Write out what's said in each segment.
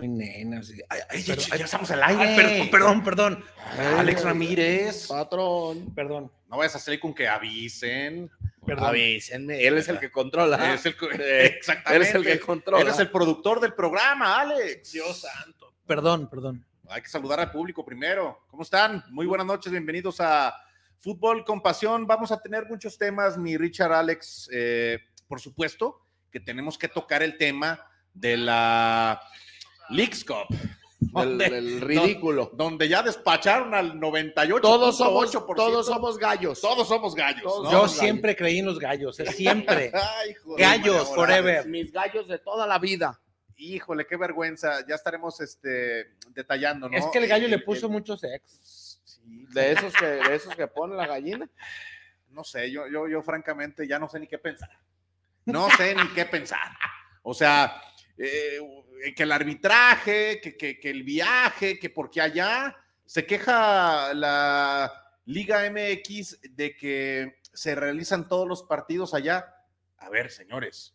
Así, ay, ay, ya, ya estamos al aire. eh, Ay, eh, perdón, perdón. perdón. Alex Ramírez. Patrón. Perdón. No vayas a salir con que avisen. Perdón. Avísenme. Él es el que controla. Eh, Es el, exactamente. Él es el que controla. Él es el productor del programa, Alex. Dios santo. Perdón, perdón. Hay que saludar al público primero. ¿Cómo están? Muy buenas noches. Bienvenidos a Fútbol con Pasión. Vamos a tener muchos temas, mi Richard Alex. Eh, por supuesto que tenemos que tocar el tema de la Leaks Cup. Del, del ridículo. Donde, donde ya despacharon al 98. Todos somos, todos somos gallos. Todos somos gallos. Todos, ¿no? Yo gallos. siempre creí en los gallos, eh, siempre. Ay, joder, gallos forever. Mis gallos de toda la vida. Híjole, qué vergüenza. Ya estaremos este, detallando, ¿no? Eh, Es que el gallo el, le puso el, mucho sexo. Sí. De esos que, de esos que pone la gallina. No sé, yo, yo, yo francamente ya no sé ni qué pensar. No sé ni qué pensar. O sea, eh, que el arbitraje, que, que, que, el viaje, que porque allá se queja la Liga MX de que se realizan todos los partidos allá. A ver, señores,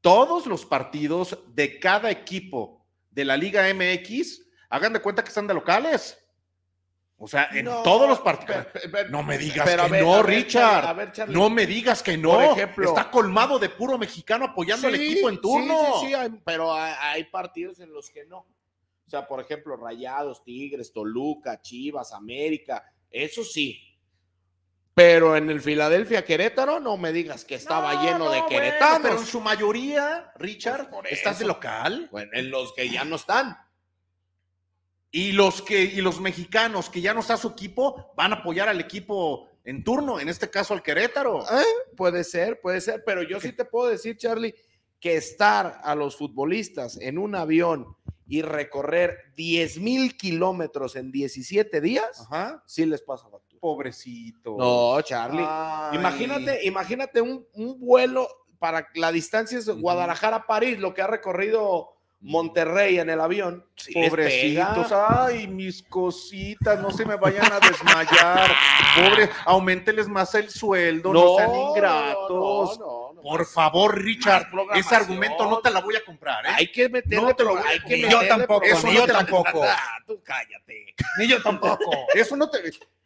todos los partidos de cada equipo de la Liga MX, hagan de cuenta que están de locales. O sea, en no, todos los partidos. No me digas que ver, no, ver, Richard. A ver, a no me digas que no. Por ejemplo, Está colmado de puro mexicano apoyando sí, al equipo en turno. Sí, sí, sí hay, pero hay, hay, partidos en los que no. O sea, por ejemplo, Rayados, Tigres, Toluca, Chivas, América. Eso sí. Pero en el Filadelfia Querétaro, no me digas que estaba no, lleno no, de queretanos. pero en su mayoría, Richard, pues estás eso. de local. Bueno, en los que ya no están. Y los que y los mexicanos que ya no está su equipo van a apoyar al equipo en turno, en este caso al Querétaro. ¿Eh? Puede ser, puede ser, pero yo sí te puedo decir, Charlie, que estar a los futbolistas en un avión y recorrer 10 mil kilómetros en 17 días, Ajá. sí les pasa factura. Pobrecito. No, Charlie. Ay. Imagínate, imagínate un, un, vuelo para la distancia de Guadalajara a París, lo que ha recorrido Monterrey en el avión. Mm. Sí, Pobrecitos, ay, mis cositas, no se me vayan a desmayar. Pobre, aumenteles más el sueldo, no, no sean ingratos. No, no, Por favor, Richard, ese argumento no te la voy a comprar. ¿eh? Hay que meterle, no te lo voy hay a que ni yo tampoco, eso ni yo tampoco. Ah, tú cállate. Ni yo tampoco. eso no te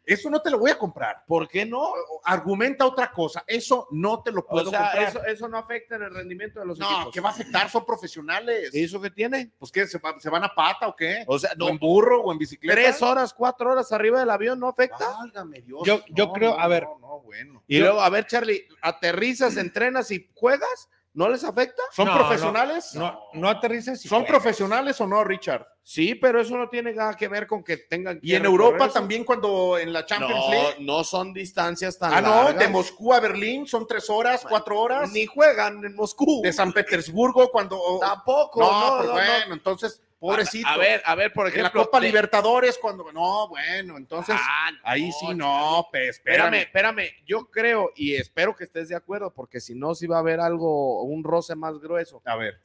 eso no te lo voy a comprar. ¿Por qué no? Argumenta otra cosa. Eso no te lo puedo o sea, comprar. Eso, eso, no afecta en el rendimiento de los no, equipos. No, que va a afectar, son profesionales. ¿Y eso qué tiene? Pues que ¿se, va, se, van a pata o qué? O sea, no, ¿O en burro o en bicicleta. Tres horas, cuatro horas arriba del avión no afecta. Válgame Dios. Yo, yo no, creo, no, a ver. Bueno. Y yo, luego, a ver, Charlie, aterrizas, entrenas y juegas. ¿No les afecta? ¿Son profesionales? No, no, aterrizas. Si ¿Son juegas. profesionales o no, Richard? Sí, pero eso no tiene nada que ver con que tengan. Que y en Europa eso? también cuando en la Champions no, League. No son distancias tan ah, largas. Ah, no, de Moscú a Berlín son tres horas, Man, cuatro horas. Ni juegan en Moscú. De San Petersburgo cuando. Oh, Tampoco. No, no, no bueno, entonces. Pobrecito. A ver, a ver, por ejemplo. En la Copa de... Libertadores, cuando. No, bueno, entonces. Ah, no, ahí sí, no, pues, espérame. espérame. Espérame, yo creo y espero que estés de acuerdo, porque si no, sí va a haber algo, un roce más grueso. A ver.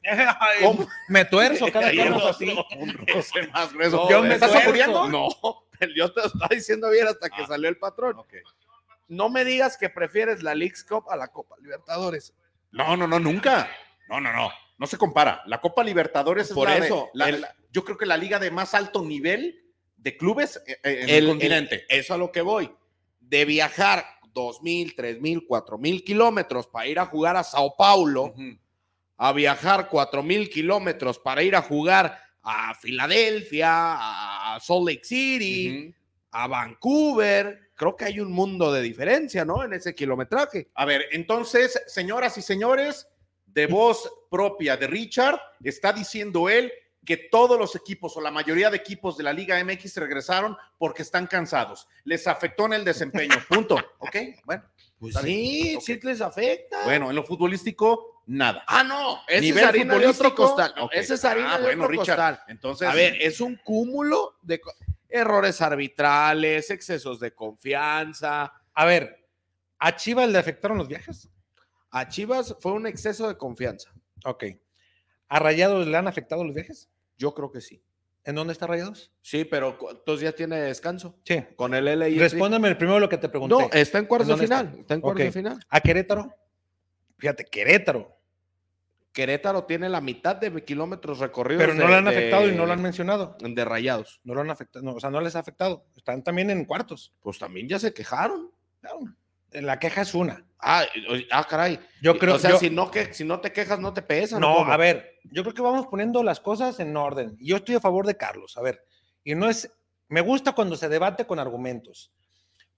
¿Cómo? Me tuerzo cada día así. Un roce más grueso. No, ¿Me estás muriendo? No, yo te lo estaba diciendo bien hasta que ah, salió el patrón. Okay. No me digas que prefieres la Leagues Cup a la Copa Libertadores. No, no, no, nunca. No, no, no no se compara. La Copa Libertadores Por es la eso, de, la, el, la, yo creo que la liga de más alto nivel de clubes eh, en el, el continente. El, eso a lo que voy. De viajar 2.000, 3.000, 4.000 kilómetros para ir a jugar a Sao Paulo, uh -huh. a viajar 4.000 kilómetros para ir a jugar a Filadelfia, a Salt Lake City, uh -huh. a Vancouver creo que hay un mundo de diferencia, ¿no? En ese kilometraje. A ver, entonces, señoras y señores, de voz propia de Richard, está diciendo él que todos los equipos o la mayoría de equipos de la Liga MX regresaron porque están cansados. Les afectó en el desempeño. Punto. ¿Ok? Bueno. Pues sí, okay. sí les afecta. Bueno, en lo futbolístico, nada. Ah, no. Ese Nivel es harina de otro costal. No, okay. Ese es harina ah, de bueno, otro Richard, costal. Entonces, A ver, es un cúmulo de errores arbitrales, excesos de confianza. A ver, ¿a Chivas le afectaron los viajes? A Chivas fue un exceso de confianza. Ok. ¿A Rayados le han afectado los viajes? Yo creo que sí. ¿En dónde está Rayados? Sí, pero entonces ya tiene descanso. Sí. Con el LI. Respóndame primero lo que te pregunté. No, eh. está en cuartos de final. Está? está en cuartos okay. de final. ¿A Querétaro? Fíjate, Querétaro. Querétaro tiene la mitad de kilómetros recorridos. Pero no de- lo han de- afectado y no lo han mencionado. De rayados. No lo han afectado, no, o sea, no les ha afectado. Están también en cuartos. Pues también ya se quejaron. Claro. La queja es una. Ah, y- ah, caray. Yo creo o sea, yo- si, no que, si no te quejas, no te pesa. No, ¿Cómo? a ver, yo creo que vamos poniendo las cosas en orden. Yo estoy a favor de Carlos, a ver. Y no es, me gusta cuando se debate con argumentos.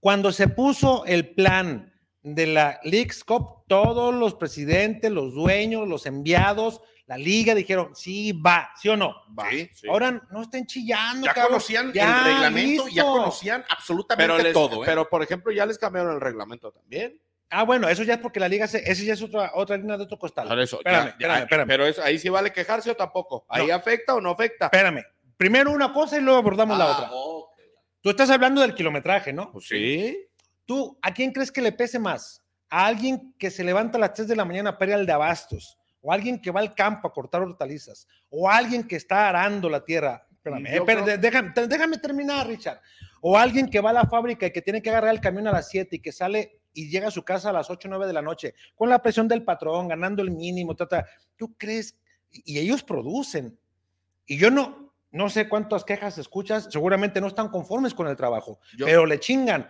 Cuando se puso el plan de la Leagues Cup, todos los presidentes, los dueños, los enviados, la liga dijeron, sí, va, sí o no. Va, Sí, sí. Ahora no estén chillando, Ya Carlos. conocían ya, el reglamento, ya listo. conocían absolutamente pero, les- todo. ¿eh? pero, por ejemplo, ya les cambiaron el reglamento también. Ah, bueno, eso ya es porque la liga, se, ese ya es otra, otra línea de otro costal. Por eso, ya- espérame, ya- espérame, espérame. Pero eso, ahí sí vale quejarse o tampoco. Ahí No. afecta o no afecta. espérame. Primero una cosa y luego abordamos la Ah, otra. ok. Tú estás hablando del kilometraje, ¿no? Pues sí. ¿Tú a quién crees que le pese más? ¿A alguien que se levanta a las 3 de la mañana para ir al de abastos? ¿O alguien que va al campo a cortar hortalizas? ¿O alguien que está arando la tierra? Espérame, Yo eh, espérate, creo- déjame, te- déjame terminar, Richard. ¿O alguien que va a la fábrica y que tiene que agarrar el camión a las 7 y que sale y llega a su casa a las 8 o 9 de la noche con la presión del patrón, ganando el mínimo? ta, ta? ¿Tú crees? Y ellos producen. Y yo no, no sé cuántas quejas escuchas, seguramente no están conformes con el trabajo, Yo- pero le chingan.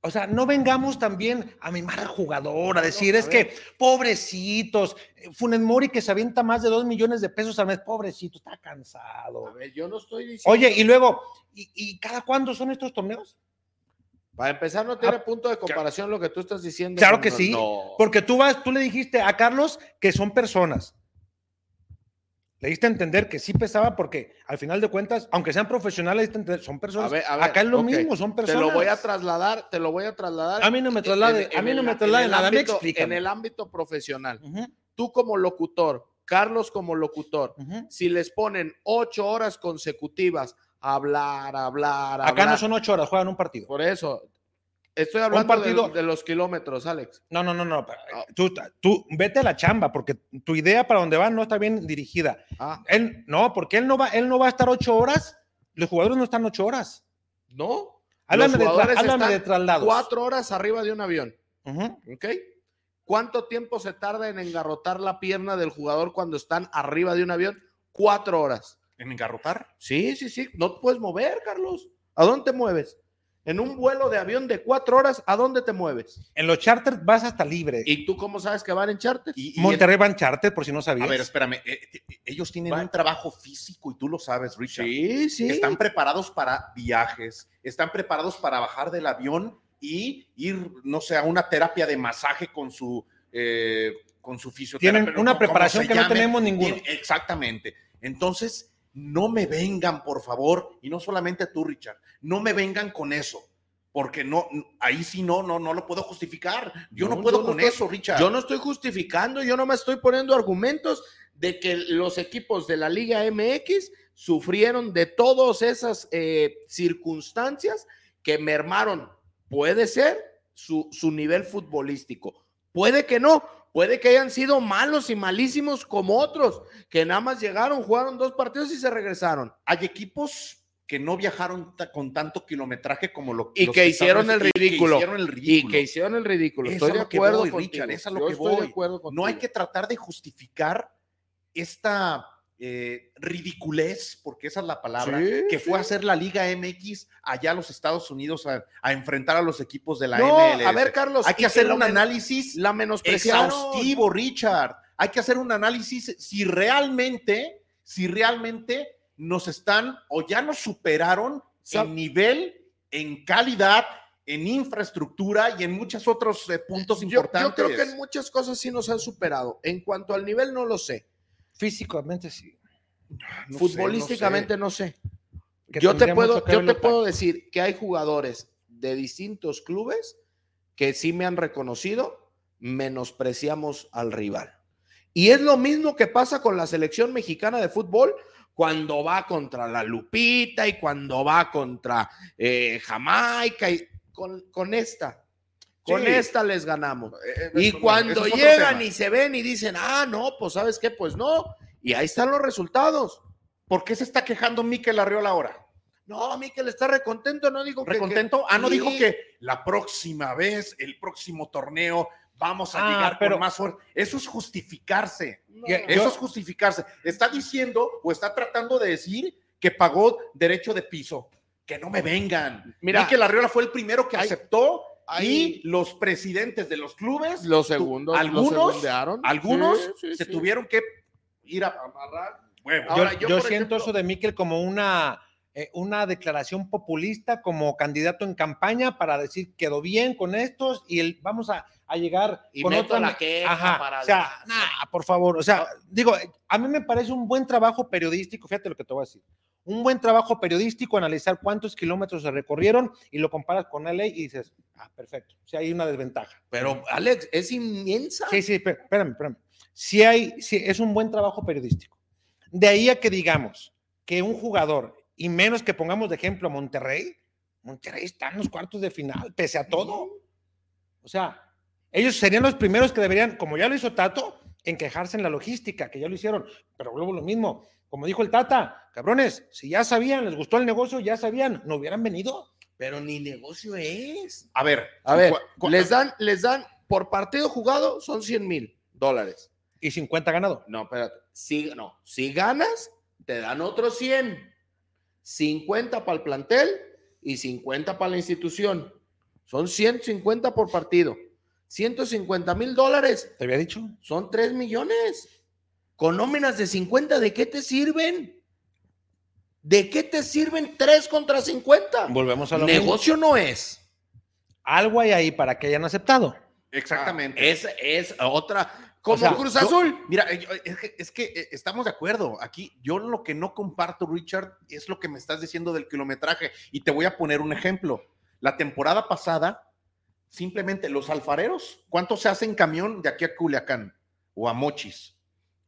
O sea, no vengamos también a mimar al jugador, a decir, a es que pobrecitos, eh, Funes Mori que se avienta más de dos millones de pesos al mes, pobrecito, está A cansado. ver, yo no estoy diciendo. Oye, y luego, ¿y, y cada cuándo son estos torneos? Para empezar, no tiene punto de comparación lo que tú estás diciendo. Ah, Claro con- que sí, no. Porque tú vas, tú le dijiste a Carlos que son personas. Le diste a entender que sí pesaba porque al final de cuentas, aunque sean profesionales, le diste a entender, son personas. A ver, a ver, Acá es lo ok. mismo, son Te personas. lo voy a trasladar, te lo voy a trasladar. A mí no me traslade, En- en a mí no el- me en traslade el nada, a mí ámbito- En explícame. el ámbito profesional, Ujú, tú como locutor, Carlos como locutor, ujú. si les ponen ocho horas consecutivas a hablar, a hablar, a Acá hablar, no son ocho horas, juegan un partido. Por eso, estoy hablando de- partido- de, los kilómetros, Alex. No, no, no, no. pero, Ah. Tú, tú vete a la chamba porque tu idea para donde vas no está bien dirigida. Ah, Él, no, porque él no va, él no va a estar ocho horas. Los jugadores no están ocho horas. ¿no? Háblame, de, tra- jugadores háblame están de traslados. Cuatro horas arriba de un avión, Ujú. ¿ok? ¿Cuánto tiempo se tarda en engarrotar la pierna del jugador cuando están arriba de un avión? Cuatro horas. ¿En engarrotar? Sí, sí, sí. No te puedes mover, Carlos. ¿A dónde te mueves? En un vuelo de avión de cuatro horas, ¿a dónde te mueves? En los charters vas hasta libre. ¿Y tú cómo sabes que van en charter? Y- y Monterrey van charter, por si no el- sabías. a ver, espérame. eh, eh, ellos tienen Va- un trabajo físico y tú lo sabes, Richard. Sí, sí. Están preparados para viajes, están preparados para bajar del avión y ir, no sé, a una terapia de masaje con su, eh, con su fisioterapeuta. Tienen una ¿cómo- cómo preparación se que no llame? tenemos ninguno. Tien- Exactamente. Entonces, no me vengan, por favor, y no solamente tú, Richard, no me vengan con eso, porque no, ahí sí no, no, no lo puedo justificar. Yo no, No, puedo yo no con estoy- eso, Richard. Yo no estoy justificando, yo no me estoy poniendo argumentos de que los equipos de la Liga MX sufrieron de todas esas eh, circunstancias que mermaron, puede ser, su, su nivel futbolístico. Puede que no, puede que hayan sido malos y malísimos como otros, que nada más llegaron, jugaron dos partidos y se regresaron. Hay equipos que no viajaron ta- con tanto kilometraje como lo Y los que están- hicieron el y que ridículo. hicieron el Y ridículo. que hicieron el ridículo. Es Estoy a de lo que acuerdo voy, contigo. Richard, es a lo Yo que estoy de voy. acuerdo No hay contigo. que tratar de justificar esta eh, ridiculez, porque esa es la palabra, Sí, que fue sí. a hacer la Liga MX allá a los Estados Unidos a, a enfrentar a los equipos de la No, MLS. a ver, Carlos. hay que y hacer la un men- análisis La menospreciaron. exhaustivo, Richard. Hay que hacer un análisis si realmente, si realmente nos están o ya nos superaron Sab- en nivel, en calidad, en infraestructura y en muchos otros eh, puntos Yo, importantes. yo creo que en muchas cosas sí nos han superado. En cuanto al nivel, no lo sé. Físicamente sí. No sé, Futbolísticamente no sé. Que Yo te tendría puedo, mucho que yo ver te los puedo tacos. decir que hay jugadores de distintos clubes que sí me han reconocido, menospreciamos al rival. Y es lo mismo que pasa con la selección mexicana de fútbol cuando va contra la Lupita y cuando va contra eh, Jamaica y con, con esta. Con Sí. esta les ganamos. no sé. Eh, eh, Y eso- eso cuando es otro llegan tema. y se ven y dicen, ah, no, pues sabes qué, pues no. Y ahí están los resultados. ¿Por qué se está quejando Mikel Arriola ahora? No, Miquel está recontento, no digo que- que... ¿Recontento? Ah, no Sí. dijo que la próxima vez, el próximo torneo, vamos a Ah, llegar pero- con más fuerza. Eso es justificarse. Ya- Eso yo- es justificarse. Está diciendo o está tratando de decir que pagó derecho de piso. Que no me vengan. Mira. Mira, que la Riola fue el primero que Ahí- aceptó ahí- y los presidentes de los clubes, Los segundos, los algunos- segundearon. algunos Sí, sí, se sí. tuvieron que ir a amarrar. huevos. yo Ahora, yo, yo por siento ejemplo- eso de Miquel como una, eh, una declaración populista, como candidato en campaña para decir quedó bien con estos y el, vamos a, a llegar Y con meto otra. la queja Ajá, para- o sea, nah, por favor, o sea, digo, eh, a mí me parece un buen trabajo periodístico, fíjate lo que te voy a decir. Un buen trabajo periodístico, analizar cuántos kilómetros se recorrieron y lo comparas con la ley y dices, ah, perfecto, si hay una desventaja. Pero, Alex, es inmensa. Sí, sí, pe- espérame, espérame. Si hay, sí, es un buen trabajo periodístico. De ahí a que digamos que un jugador, y menos que pongamos de ejemplo a Monterrey, Monterrey está en los cuartos de final, pese a todo. O sea, ellos serían los primeros que deberían, como ya lo hizo Tato, en quejarse en la logística, que ya lo hicieron. Pero luego lo mismo, como dijo el Tata, cabrones, si ya sabían, les gustó el negocio, ya sabían, no hubieran venido. Pero ni negocio es. A ver, A ver, cu- cu- les dan, les dan por partido jugado son 100 mil dólares. Y 50 ganado. No, espérate. Si, no, si ganas, te dan otros 100. 50 para el plantel y 50 para la institución. Son 150 por partido. 150 mil dólares ¿Te había dicho? son 3 millones. Con nóminas de 50, ¿de qué te sirven? ¿De qué te sirven 3 contra 50? Volvemos a lo mismo. Negocio no es. Algo hay ahí para que hayan aceptado. exactamente. Ah, Es, es otra. Como sea, Cruz yo- Azul. Mira, eh, yo- es que, es que, eh, estamos de acuerdo. Aquí yo lo que no comparto, Richard, es lo que me estás diciendo del kilometraje. Y te voy a poner un ejemplo. La temporada pasada, simplemente los alfareros, ¿cuánto se hace en camión de aquí a Culiacán o a Mochis?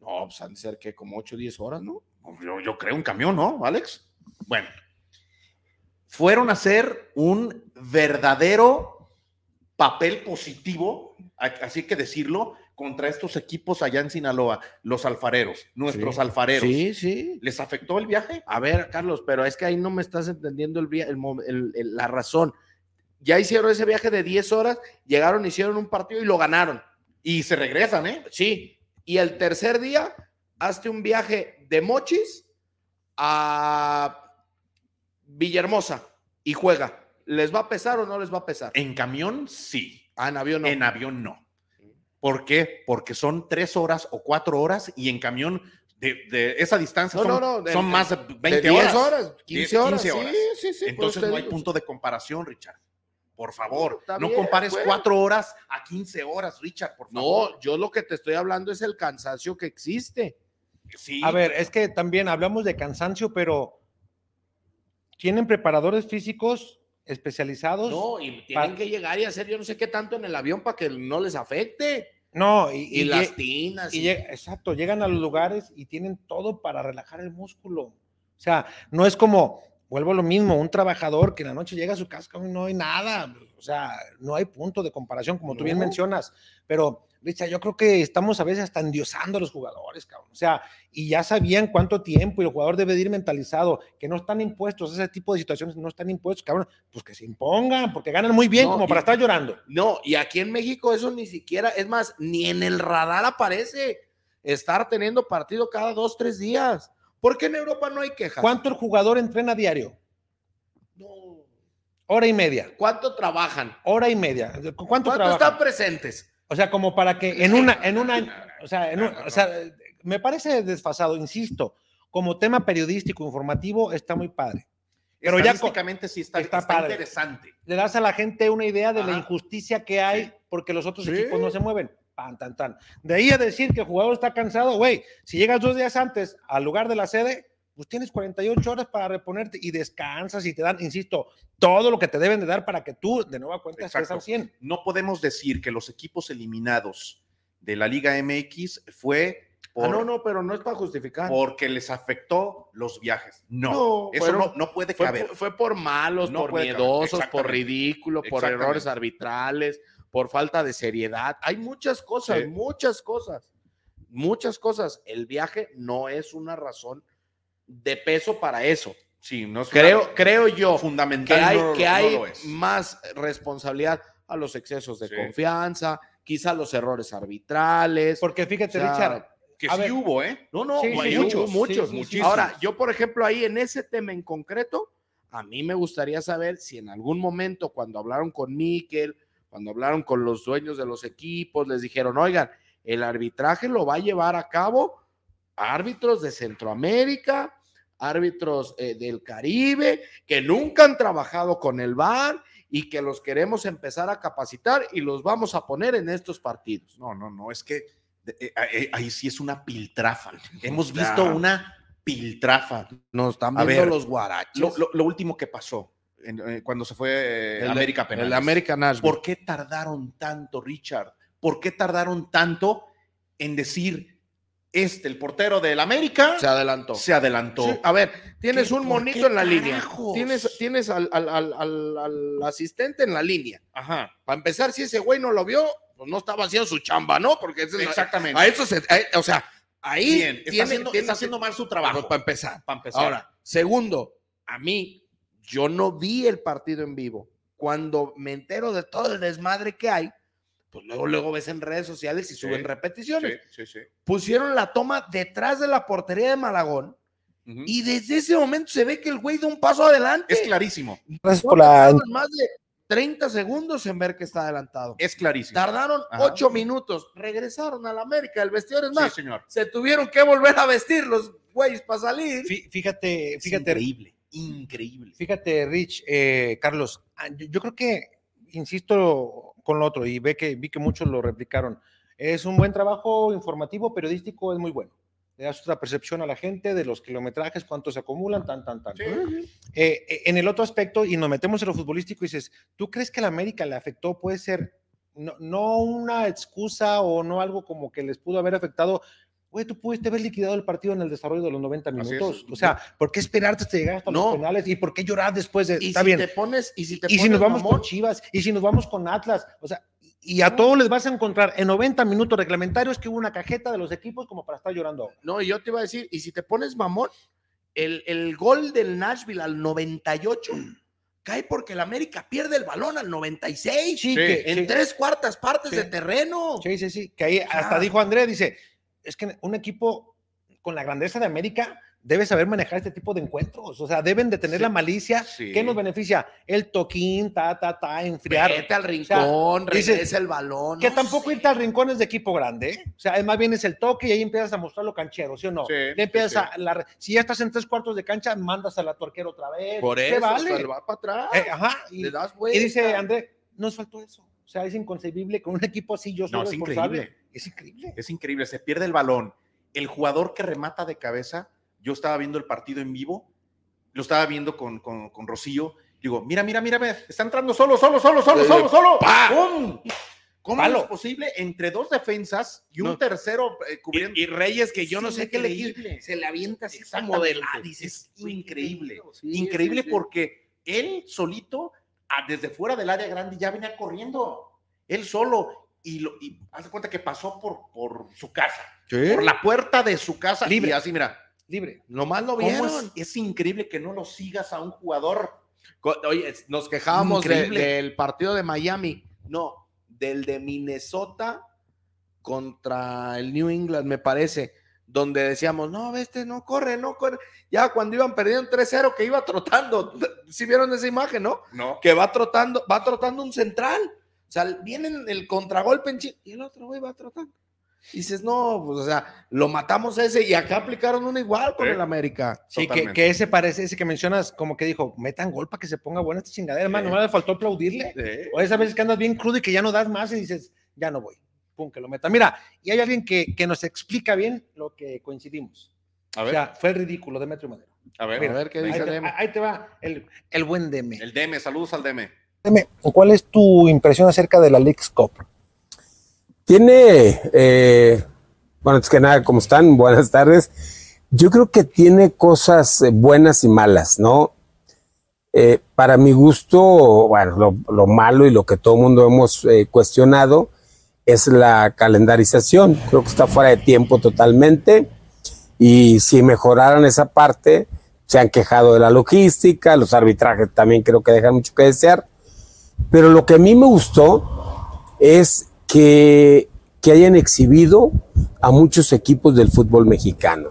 No, pues han de ser que como 8 o 10 horas, ¿no? Pues Yo, yo creo un camión, ¿no, Alex? Bueno, fueron a hacer un verdadero papel positivo, a- así que decirlo, contra estos equipos allá en Sinaloa, los alfareros, nuestros Sí. alfareros. Sí, sí. ¿Les afectó el viaje? A ver, Carlos, pero es que ahí no me estás entendiendo el, via- el mo- el- el- la razón. Ya hicieron ese viaje de 10 horas, llegaron, hicieron un partido y lo ganaron. Y se regresan, ¿eh? Sí. Y el tercer día, hazte un viaje de Mochis a Villahermosa y juega. ¿Les va a pesar o no les va a pesar? En camión, sí. Ah, en avión no. En avión, no. ¿Por qué? Porque son tres horas o cuatro horas y en camión de, de esa distancia No, son, no, no, de- son de- más de De 20 10 horas. horas, 15 horas. 15 horas. Sí, sí, sí. por Entonces eso te no hay digo. punto de comparación, Richard. Por favor, Está no bien, compares bueno. cuatro horas a 15 horas, Richard, por favor. No, yo lo que te estoy hablando es el cansancio que existe. Sí, A ver, es que también hablamos de cansancio, pero tienen preparadores físicos especializados. No, No, y pa- tienen Pues, que llegar y hacer yo no sé qué tanto en el avión para que no les afecte. y, Y, y las lle- tinas. y y- lle- exacto, llegan a los lugares y tienen todo para relajar el músculo. O sea, no es como, vuelvo a lo mismo, un trabajador que en la noche llega a su casa y no hay nada. O sea, no hay punto de comparación, como tú bien No. mencionas. Pero, Richard, yo creo que estamos a veces hasta endiosando a los jugadores, cabrón. O sea, y ya sabían cuánto tiempo y el jugador debe de ir mentalizado, que no están impuestos a ese tipo de situaciones, no están impuestos, cabrón. Pues que se impongan, porque ganan muy bien No, como para y- estar llorando. No, y aquí en México eso ni siquiera, es más, ni en el radar aparece estar teniendo partido cada dos, tres días. porque en Europa no hay quejas? ¿Cuánto el jugador entrena diario? No. Hora y media. ¿Cuánto trabajan? Hora y media. ¿Cu- ¿Cuánto, ¿Cuánto trabajan? están presentes? Ah, O sea, como para que en una, en un año, o sea, en un- o sea, me parece desfasado, insisto, como tema periodístico, informativo, está muy padre. pero ya con- estadísticamente sí está, está está, padre. interesante. Le das a la gente una idea de la Ajá. injusticia que hay Sí. porque los otros Sí. equipos no se mueven. Pan, tan, tan. De ahí a decir que el jugador está cansado, güey, si llegas dos días antes al lugar de la sede, pues tienes 48 horas para reponerte y descansas y te dan, insisto, todo lo que te deben de dar para que tú de nueva cuenta estés Exacto. al 100. No podemos decir que los equipos eliminados de la Liga MX fue por- Ah, no, no, pero no es para justificar. porque les afectó los viajes. No, No, eso fueron- no, no puede Fue, caber. por- fue por malos, No por puede caber, miedosos, por exactamente. ridículo, por Exactamente. errores arbitrales, por falta de seriedad. Hay muchas cosas, Sí. muchas cosas, muchas cosas. El viaje no es una razón de peso para eso. sí, no es Creo, creo yo que fundamental hay, no lo- que no hay lo es. más responsabilidad a los excesos de Sí. confianza, quizá los errores arbitrales. Porque fíjate, O sea, Richard, Que A sí ver. hubo, ¿eh? No, no, Sí, sí, sí, muchos, sí, muchos, sí, sí, muchísimos. sí. Ahora, yo, por ejemplo, ahí en ese tema en concreto, a mí me gustaría saber si en algún momento, cuando hablaron con Miquel, cuando hablaron con los dueños de los equipos, les dijeron, oigan, el arbitraje lo va a llevar a cabo árbitros de Centroamérica, árbitros eh, del Caribe, que nunca han trabajado con el VAR y que los queremos empezar a capacitar y los vamos a poner en estos partidos. No, no, no, es que de- eh, ahí, ahí sí es una piltrafa. Hemos Ya. visto una piltrafa. Nos están A viendo ver, los guaraches. Lo, lo- lo último que pasó en- eh, cuando se fue eh, El- América Penales. el América Nashville. ¿Por qué tardaron tanto, Richard? ¿Por qué tardaron tanto en decir este, el portero del América, Se adelantó. se adelantó? Sí, a ver, tienes ¿Qué- un por monito qué en la línea. carajos? Tienes, tienes al, al- al- al- al asistente en la línea. Ajá, Para empezar, si ese güey no lo vio, pues no estaba haciendo su chamba, ¿no? Porque esa es la- exactamente. a eso se. a- o sea, ahí Bien, está, tiene- haciendo, tiene- está haciendo mal su Pero trabajo. Para empezar. para empezar. Ahora, segundo, a mí, yo no vi el partido en vivo. Cuando me entero de todo el desmadre que hay, pues luego, luego ves en redes sociales y Sí, suben repeticiones. sí, sí, sí. Pusieron la toma detrás de la portería de Malagón. Ujú. Y desde ese momento se ve que el güey da un paso adelante. Es clarísimo, gracias No por la... tardaron más de 30 segundos en ver que está adelantado. es clarísimo. Tardaron Ajá. 8 minutos. Regresaron a la América. El vestidor es Sí, más. señor. Se tuvieron que volver a vestir los güeyes para salir. Fí- Fíjate, Es fíjate, increíble, increíble. Fíjate, Rich, eh, Carlos, ah, yo, yo creo que, insisto con lo otro, y ve que, vi que muchos lo replicaron, es un buen trabajo informativo, periodístico, es muy bueno. Le das otra percepción a la gente de los kilometrajes, cuántos se acumulan, tan, tan, tan. Eh, eh, en el otro aspecto, y nos metemos en lo futbolístico, y dices, ¿tú crees que a la América le afectó? Puede ser, no, no una excusa o no algo como que les pudo haber afectado. Güey, tú pudiste haber liquidado el partido en el desarrollo de los 90 Así es. minutos. O sea, ¿por qué esperarte hasta llegar hasta No. los penales? ¿Y por qué llorar después de.? Y Está si bien. te pones, y si te y si pones nos vamos mamón, con Chivas, y si nos vamos con Atlas, o sea, y- y a todos les vas a encontrar en 90 minutos reglamentarios que hubo una cajeta de los equipos como para estar llorando. ahora. No, yo te iba a decir, y si te pones mamón, el, el gol del Nashville al 98 cae porque el América pierde el balón al 96. Sí, Sí, que- en sí. tres cuartas partes Sí. de terreno. Sí, sí, sí. Que ahí hasta dijo André, dice, es que un equipo con la grandeza de América debe saber manejar este tipo de encuentros. O sea, deben de tener Sí, la malicia. sí. ¿Qué nos beneficia? El toquín, ta, ta, ta, enfriar. Vete al sea, rincón, dices, regresa el balón. Que no tampoco sé. irte al rincón es de equipo grande. ¿eh? O sea, es más bien es el toque y ahí empiezas a mostrar lo canchero, ¿sí o no? Sí, Ya sí, empiezas sí. a la- si ya estás en tres cuartos de cancha, mandas a la torquera otra vez. Por ¿Qué eso, o sea, vale? le va para atrás. Eh, ajá. Y, le das y vuelta. dice André, nos faltó eso. O sea, es inconcebible con un equipo así yo soy No, es responsable. increíble. Es increíble. Es increíble, se pierde el balón. El jugador que remata de cabeza, yo estaba viendo el partido en vivo, lo estaba viendo con, con, con Rocío. Digo, mira, mira, mira, mira, está entrando solo, solo, solo, solo, Eh, solo, solo. pa. ¡Pum! ¿Cómo Palo. es posible entre dos defensas y un No. tercero eh, cubriendo? Y, y Reyes, que yo no Es sé qué le quiso. increíble. Se le avienta así Exactamente. como de la. Dices, Es increíble. sí, increíble sí, sí. porque él solito, a- desde fuera del área grande, ya venía corriendo. Él solo. Y, lo, y hace cuenta que pasó por, por su casa, por la puerta de su casa. Libre. Y así, mira. Libre. Nomás lo ¿Cómo vieron. es, es increíble que no lo sigas a un jugador. Co- Oye, es- nos quejábamos de- Increíble. del partido de Miami. No, del de Minnesota contra el New England, me parece. Donde decíamos, no, este no corre, no corre. Ya cuando iban perdiendo 3-0, que iba trotando. Si vieron esa imagen, ¿no? No. Que va trotando, va trotando un central. O sea, vienen el contragolpe en chi- y el otro güey va trotando. Dices, no, pues, o sea, lo matamos ese y acá aplicaron uno igual con Sí. el América. Sí, que, Totalmente. que ese parece, ese que mencionas, como que dijo, metan gol para que se ponga buena esta chingadera, hermano. Sí. No le faltó aplaudirle. O esas veces que andas bien crudo y que ya no das más y dices, ya no voy. Pum, que lo meta. Mira, y hay alguien que, que nos explica bien lo que coincidimos. A O sea, fue el ridículo de Metro Madero. a ver. a ver qué Ahí dice te, Deme. ahí te va el, el buen Deme. El Deme, saludos al Deme. ¿Cuál es tu impresión acerca de la League's Cup? Tiene, eh, bueno, antes que nada, ¿cómo están? Buenas tardes. Yo creo que tiene cosas eh, buenas y malas, ¿no? Eh, para mi gusto, bueno, lo, lo malo y lo que todo el mundo hemos eh, cuestionado es la calendarización. Creo que está fuera de tiempo totalmente. Y si mejoraran esa parte, se han quejado de la logística, los arbitrajes también creo que dejan mucho que desear. Pero lo que a mí me gustó es que, que hayan exhibido a muchos equipos del fútbol mexicano.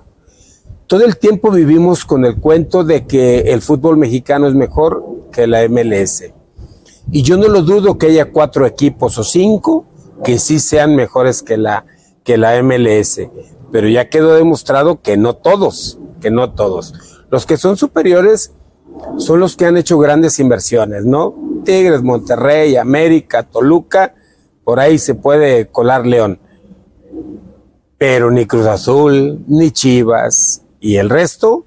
Todo el tiempo vivimos con el cuento de que el fútbol mexicano es mejor que la MLS. Y yo no lo dudo que haya cuatro equipos o cinco que sí sean mejores que la, que la MLS. Pero ya quedó demostrado que no todos, que no todos. Los que son superiores son los que han hecho grandes inversiones, ¿no? Tigres, Monterrey, América, Toluca, por ahí se puede colar León. Pero ni Cruz Azul, ni Chivas y el resto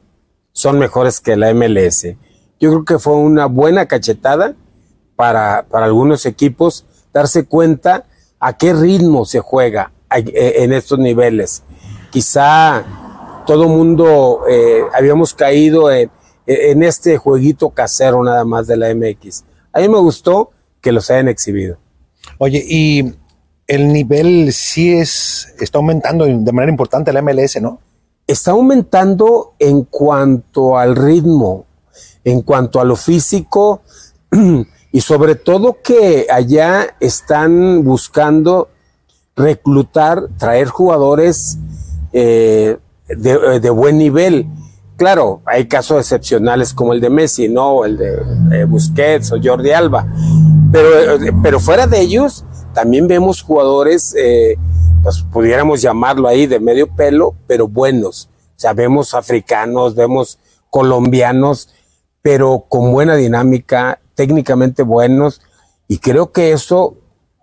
son mejores que la MLS. Yo creo que fue una buena cachetada para, para algunos equipos darse cuenta a qué ritmo se juega a- e- en estos niveles. Quizá todo mundo eh, habíamos caído en, en este jueguito casero nada más de la MX. A mí me gustó que los hayan exhibido. Oye, y el nivel sí es, está aumentando de manera importante la MLS, ¿no? Está aumentando en cuanto al ritmo, en cuanto a lo físico y sobre todo que allá están buscando reclutar, traer jugadores eh, de, de buen nivel. Claro, hay casos excepcionales como el de Messi, ¿no? El de eh, Busquets o Jordi Alba. Pero, eh, pero fuera de ellos, también vemos jugadores, eh, pues pudiéramos llamarlo ahí de medio pelo, pero buenos. O sea, vemos africanos, vemos colombianos, pero con buena dinámica, técnicamente buenos. Y creo que eso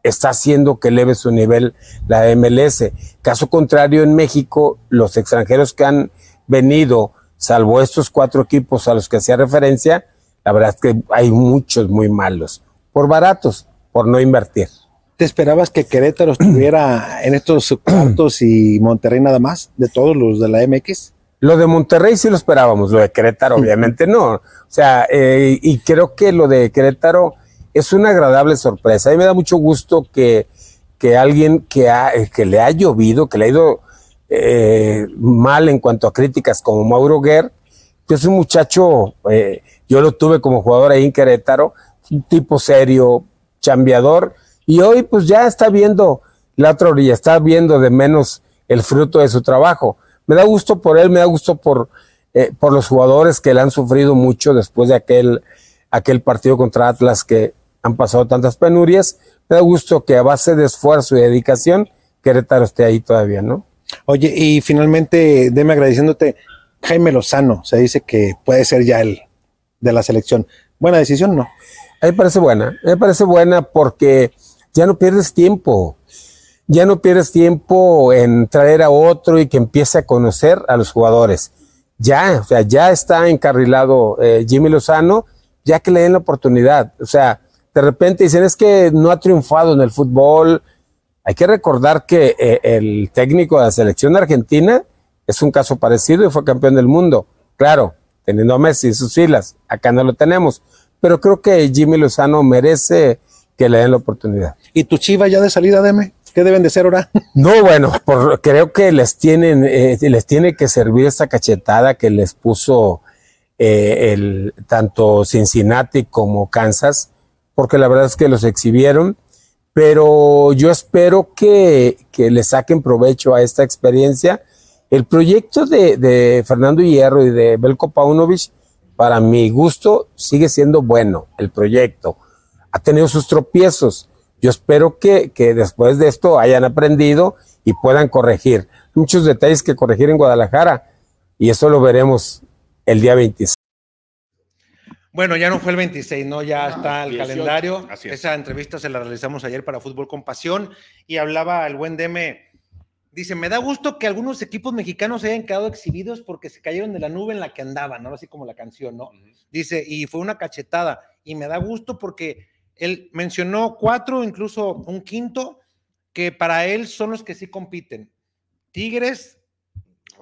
está haciendo que eleve su nivel la MLS. Caso contrario, en México, los extranjeros que han venido, salvo estos cuatro equipos a los que hacía referencia, la verdad es que hay muchos muy malos, por baratos, por no invertir. ¿Te esperabas que Querétaro estuviera en estos cuartos y Monterrey nada más, de todos los de la MX? Lo de Monterrey sí lo esperábamos, lo de Querétaro obviamente no. O sea, eh, y creo que lo de Querétaro es una agradable sorpresa. A mí me da mucho gusto que, que alguien que, ha- eh, que le ha llovido, que le ha ido eh, mal en cuanto a críticas como Mauro Guerr, que es un muchacho, eh, yo lo tuve como jugador ahí en Querétaro, un tipo serio, chambeador, y hoy pues ya está viendo la otra orilla, está viendo de menos el fruto de su trabajo. Me da gusto por él, me da gusto por, eh, por los jugadores que le han sufrido mucho después de aquel, aquel partido contra Atlas que han pasado tantas penurias. Me da gusto que a base de esfuerzo y dedicación, Querétaro esté ahí todavía, ¿no? Oye, y finalmente, deme agradeciéndote, Jaime Lozano, se dice que puede ser ya el de la selección. Buena decisión, ¿no? A mí me parece buena, a mí me parece buena porque ya no pierdes tiempo. Ya no pierdes tiempo en traer a otro y que empiece a conocer a los jugadores. Ya, o sea, ya está encarrilado eh, Jimmy Lozano, ya que le den la oportunidad. O sea, de repente dicen es que no ha triunfado en el fútbol. Hay que recordar que eh, el técnico de la selección argentina es un caso parecido y fue campeón del mundo. Claro, teniendo a Messi en sus filas, acá no lo tenemos. Pero creo que Jimmy Lozano merece que le den la oportunidad. ¿Y tu chiva ya de salida, deme? ¿Qué deben de ser ahora? No, bueno, por- creo que les tienen, eh, les tiene que servir esta cachetada que les puso eh, el, tanto Cincinnati como Kansas, porque la verdad es que los exhibieron, pero yo espero que, que le saquen provecho a esta experiencia. El proyecto de, de Fernando Hierro y de Belko Paunovic, para mi gusto, sigue siendo bueno el proyecto. Ha tenido sus tropiezos. Yo espero que, que después de esto hayan aprendido y puedan corregir. Muchos detalles que corregir en Guadalajara y eso lo veremos el día 26. Bueno, ya no fue el 26, ¿no? Ya No, está el 18, calendario. así es. Esa entrevista se la realizamos ayer para Fútbol con Pasión y hablaba el buen Deme. Dice, me da gusto que algunos equipos mexicanos se hayan quedado exhibidos porque se cayeron de la nube en la que andaban, ¿no? Así como la canción, ¿no? Dice, y fue una cachetada. Y me da gusto porque él mencionó cuatro, incluso un quinto, que para él son los que sí compiten. Tigres,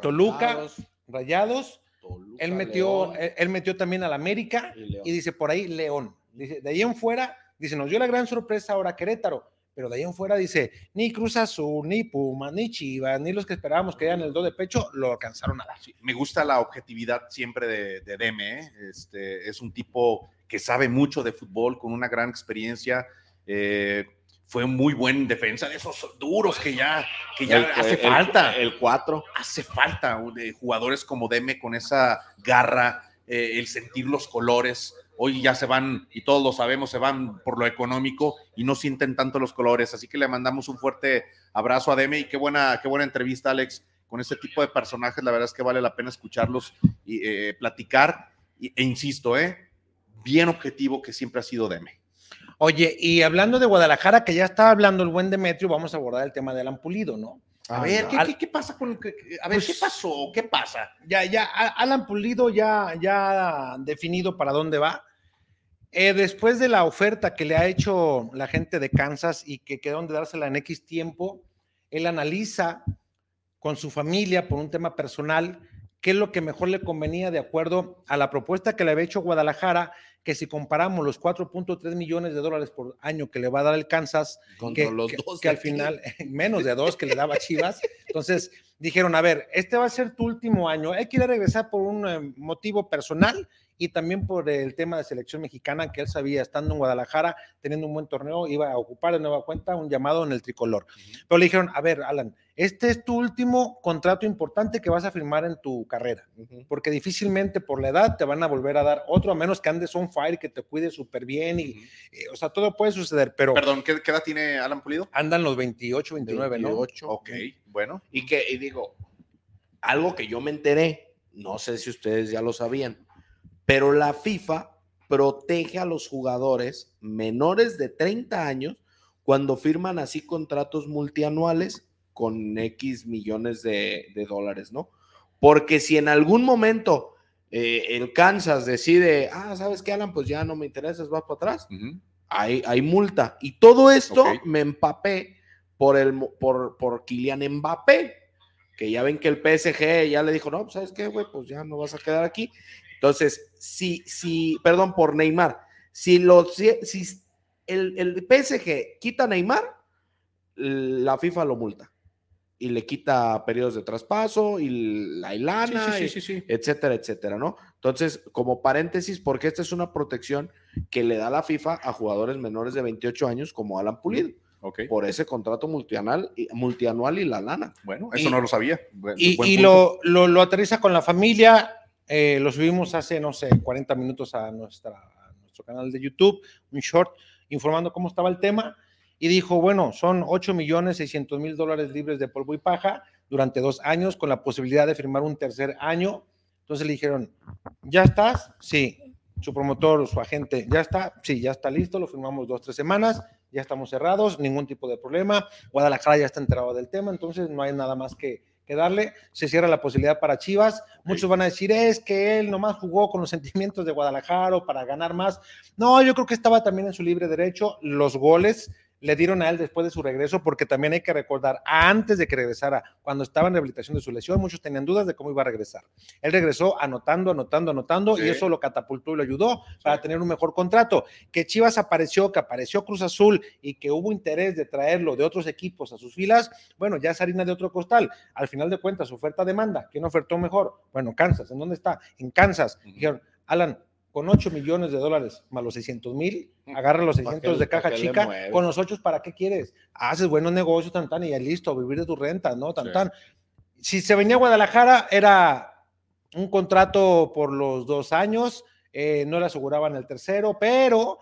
Toluca, Rayados, Rayados, Toluca, él metió, León él, él metió también al América y León. y dice por ahí León. Dice, de ahí en fuera, dice, nos dio la gran sorpresa ahora Querétaro, pero de ahí en fuera dice, ni Cruz Azul, ni Pumas, ni Chivas, ni los que esperábamos que eran el do de pecho, lo alcanzaron a dar. Sí, me gusta la objetividad siempre de, de Deme. ¿eh? Este, es un tipo que sabe mucho de fútbol, con una gran experiencia. eh, fue un muy buen defensa de esos duros que ya, que ya El- hace el- falta. El 4. hace falta de jugadores como Deme con esa garra, eh, el sentir los colores. Hoy ya se van, y todos lo sabemos, se van por lo económico y no sienten tanto los colores. Así que le mandamos un fuerte abrazo a Deme y qué buena, qué buena entrevista, Alex. Con este tipo de personajes, la verdad es que vale la pena escucharlos y eh, platicar. Y- e insisto, eh, bien objetivo que siempre ha sido Deme. Oye, y hablando de Guadalajara, que ya estaba hablando el buen Demetrio, vamos a abordar el tema del Ampulido, ¿no? A ver, ¿qué, Al- qué- qué pasa con.? qué- qué- A ver, ¿qué pasó? ¿Qué pasa? ya, ya, A- Alan Pulido ya, ya definido para dónde va. Eh, después de la oferta que le ha hecho la gente de Kansas y que quedaron de dársela en X tiempo, él analiza con su familia por un tema personal qué es lo que mejor le convenía de acuerdo a la propuesta que le había hecho Guadalajara, que si comparamos los 4.3 millones de dólares por año que le va a dar el Kansas Contra que, los que- dos. que de al aquí. final, menos de dos que le daba Chivas. Entonces dijeron, a ver, este va a ser tu último año. Él quiere regresar por un eh, motivo personal y también por el tema de selección mexicana, que él sabía, estando en Guadalajara, teniendo un buen torneo, iba a ocupar de nueva cuenta un llamado en el tricolor. Pero le dijeron, a ver, Alan, este es tu último contrato importante que vas a firmar en tu carrera, porque difícilmente por la edad te van a volver a dar otro, a menos que andes on fire, que te cuides súper bien y, eh, o sea, todo puede suceder, pero Perdón, ¿qué, qué edad tiene Alan Pulido? andan los 28, 29, ¿no? 28. Ok, bueno. Y que, y digo, algo que yo me enteré, no sé si ustedes ya lo sabían, pero la FIFA protege a los jugadores menores de 30 años cuando firman así contratos multianuales con X millones de, de dólares, ¿no? Porque si en algún momento eh, el Kansas decide, ah, ¿sabes qué, Alan? Pues ya no me interesas, vas para atrás, Ujú. hay, hay multa. Y todo esto Ok. me empapé por, el, mo- por, por Kylian Mbappé, que ya ven que el PSG ya le dijo, no, pues, ¿sabes qué, güey? Pues ya no vas a quedar aquí. Entonces, si, si, perdón, por Neymar, si, lo, si, si el, el PSG quita a Neymar, la FIFA lo multa y le quita periodos de traspaso y la lana y- etcétera, etcétera, ¿no? Entonces, como paréntesis, porque esta es una protección que le da la FIFA a jugadores menores de 28 años como Alan Pulido, Ok. por ese contrato multianual y, multianual y la lana. Bueno, eso Y- no lo sabía. Bu- Y, buen y punto. lo, lo, lo aterriza con la familia. eh, lo subimos hace, no sé, 40 minutos a, nuestra, a nuestro canal de YouTube, un short informando cómo estaba el tema. Y dijo, bueno, son 8 millones 600 mil dólares libres de polvo y paja durante dos años con la posibilidad de firmar un tercer año. Entonces le dijeron, ¿ya estás? Sí. Su promotor, su agente, ¿ya está? Sí, ya está listo, lo firmamos dos, tres semanas, ya estamos cerrados, ningún tipo de problema. Guadalajara ya está enterado del tema, entonces no hay nada más que, que darle. Se cierra la posibilidad para Chivas. Muchos van a decir, es que él nomás jugó con los sentimientos de Guadalajara o para ganar más. No, yo creo que estaba también en su libre derecho. Los goles le dieron a él después de su regreso, porque también hay que recordar, antes de que regresara, cuando estaba en rehabilitación de su lesión, muchos tenían dudas de cómo iba a regresar. Él regresó anotando, anotando, anotando, Sí. y eso lo catapultó y lo ayudó para tener un mejor contrato. Que Chivas apareció, que apareció Cruz Azul y que hubo interés de traerlo de otros equipos a sus filas, bueno, ya es harina de otro costal. Al final de cuentas, oferta-demanda, ¿quién ofertó mejor? Bueno, Kansas, ¿en dónde está? En Kansas. Dijeron, Alan, con 8 millones de dólares más los 600 mil, agarra los ¿Para qué- 600 de para caja qué le chica, mueves? con los 8 para qué quieres? Haces buenos negocios, tan tan, y ya listo, vivir de tu renta, ¿no? Tan Sí. tan. Si se venía a Guadalajara, era un contrato por los dos años, eh, no le aseguraban el tercero, pero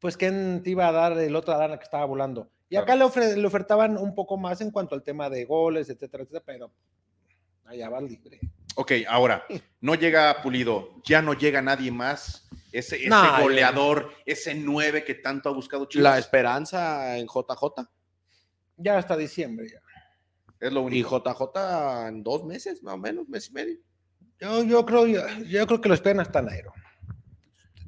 pues quién te iba a dar el otro Adana que estaba volando. Y acá le, ofre- le ofertaban un poco más en cuanto al tema de goles, etcétera, etcétera, pero allá va libre. Ok, ahora, no llega Pulido, ya no llega nadie más. Ese, ese No, ya. goleador, ese 9 que tanto ha buscado La Chivas, esperanza en JJ. Ya hasta diciembre. ya. es lo Y único. JJ en dos meses, más o menos, mes y medio. Yo, yo, creo, yo, yo creo que lo esperan hasta enero.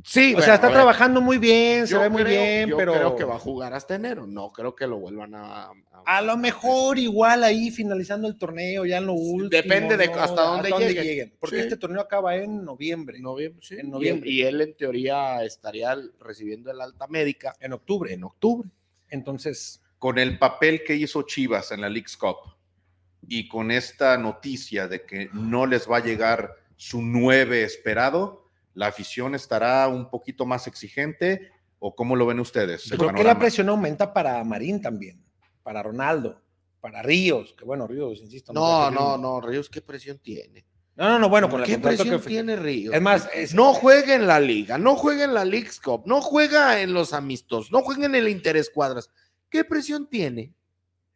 Sí, o sea, está trabajando muy bien, se ve muy bien, pero creo que va a jugar hasta enero. No creo que lo vuelvan a. a lo mejor igual ahí finalizando el torneo, ya en lo último. Depende de hasta dónde lleguen. Porque Sí. este torneo acaba en noviembre, En noviembre, sí. En noviembre. Y, y él, en teoría, estaría recibiendo el alta médica en octubre. en octubre. Entonces, Con el papel que hizo Chivas en la League's Cup y con esta noticia de que no les va a llegar su 9 esperado, la afición estará un poquito más exigente ¿O cómo lo ven ustedes? el Yo creo que la panorama? presión aumenta para Marín también, para Ronaldo, para Ríos, que bueno, Ríos, insisto. No, creo que- no, no, Ríos, ¿qué presión tiene? No, no, no, bueno, con el ¿Qué contrato presión que- tiene Ríos? Es más, es- no juega en la liga, no juega en la League's Cup, no juega en los amistos, no juega en el Interés Cuadras. ¿Qué presión tiene?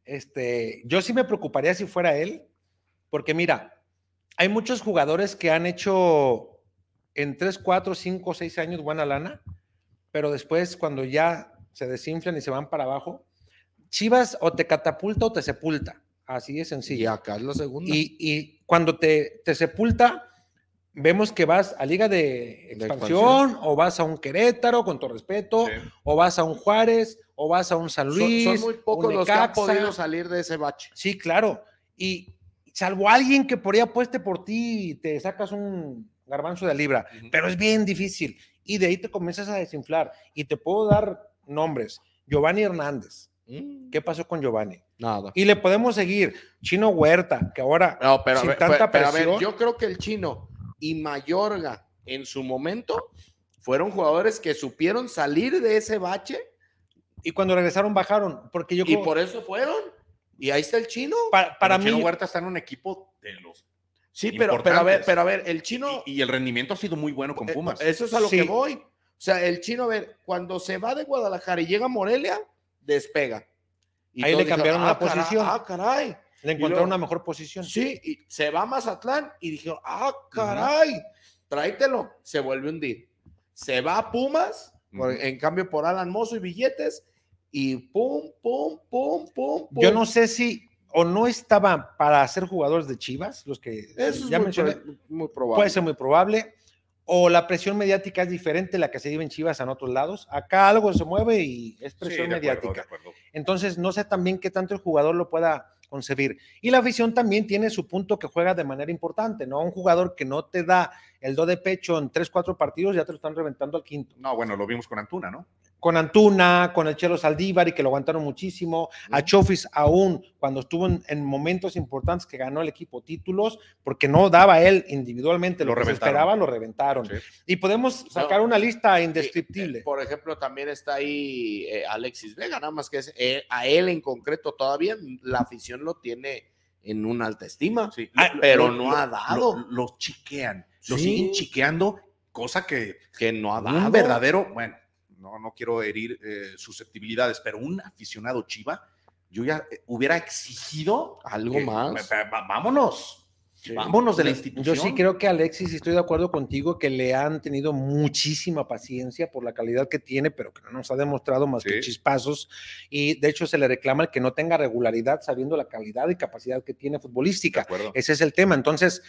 este, yo sí me preocuparía si fuera él, porque mira, hay muchos jugadores que han hecho en 3, 4, 5, 6 años buena lana, pero después cuando ya se desinflan y se van para abajo, Chivas o te catapulta o te sepulta, así de Y sencillo. acá es la segunda. Y, y cuando te, te sepulta, vemos que vas a Liga de Expansión, o vas a un Querétaro, con todo respeto, Sí. o vas a un Juárez, o vas a un San Son- Luis. son, muy un pocos los que han Necaxa. podido salir de ese bache. Sí, claro. Y salvo alguien que por ahí apueste por ti y te sacas un garbanzo de libra, Ujú. pero es bien difícil. Y de ahí te comienzas a desinflar. Y te puedo dar nombres. Giovanni Hernández. Mm, ¿Qué pasó con Giovanni? Nada. Y le podemos seguir. Chino Huerta, que ahora... No, pero, a sin ver, tanta pero- pero a ver, presión. yo creo que el chino y Mayorga en su momento fueron jugadores que supieron salir de ese bache Y cuando regresaron bajaron, porque yo y creo... por eso fueron. Y ahí está el chino. para, para Pero mí... Chino Huerta está en un equipo de los. Sí, pero, pero a ver, Importantes. pero a ver, el chino. Y, y el rendimiento ha sido muy bueno con eh, Pumas. Eso es a lo Sí. que voy. O sea, el chino, a ver, cuando se va de Guadalajara y llega a Morelia, despega. Y Ahí todos le cambiaron la caray, posición". ah, caray. Le luego- encontraron una mejor posición. Sí, y se va a Mazatlán y dijeron, ah, caray, tráetelo. Se vuelve a hundir. Se va a Pumas, por- Ujú. en cambio por Alan Mozo y billetes, y pum, pum, pum, pum, pum. Yo no sé si o no estaban para ser jugadores de Chivas, los que Eso es ya muy, mencioné, pues proba- muy probable. Puede ser muy probable. O la presión mediática es diferente a la que se vive en Chivas en otros lados. Acá algo se mueve y es Sí, de presión acuerdo, mediática. de acuerdo. Entonces, no sé también qué tanto el jugador lo pueda concebir. Y la afición también tiene su punto que juega de manera importante, ¿no? Un jugador que no te da el do de pecho en tres, cuatro partidos, ya te lo están reventando al quinto. No, bueno, lo vimos con Antuna, ¿no? Con Antuna, con el Chelo Saldívar y que lo aguantaron muchísimo. A Chofis aún cuando estuvo en, en momentos importantes que ganó el equipo títulos, porque no daba él individualmente lo, Lo que se reventaron. esperaba, lo reventaron. Sí. Y podemos sacar una lista indescriptible. Eh, pues, Por ejemplo, también está ahí eh, Alexis Vega, nada más que es, eh, a él en concreto todavía la afición lo tiene en una alta estima. Sí. Ah, Lo- pero lo- no ha lo- dado. lo- Los chiquean, los Sí. siguen chiqueando, cosa que que no ha dado. un verdadero, bueno, no, no quiero herir eh, susceptibilidades, pero un aficionado chiva, yo ya eh, hubiera exigido Algo que- pues, más. va- va- vámonos, Sí. vámonos de la Yo- institución. Yo sí creo que Alexis, y estoy de acuerdo contigo, que le han tenido muchísima paciencia por la calidad que tiene, pero que no nos ha demostrado más que Sí. chispazos. Y de hecho se le reclama el que no tenga regularidad sabiendo la calidad y capacidad que Eh, tiene De futbolística. acuerdo. Ese es el tema. Entonces,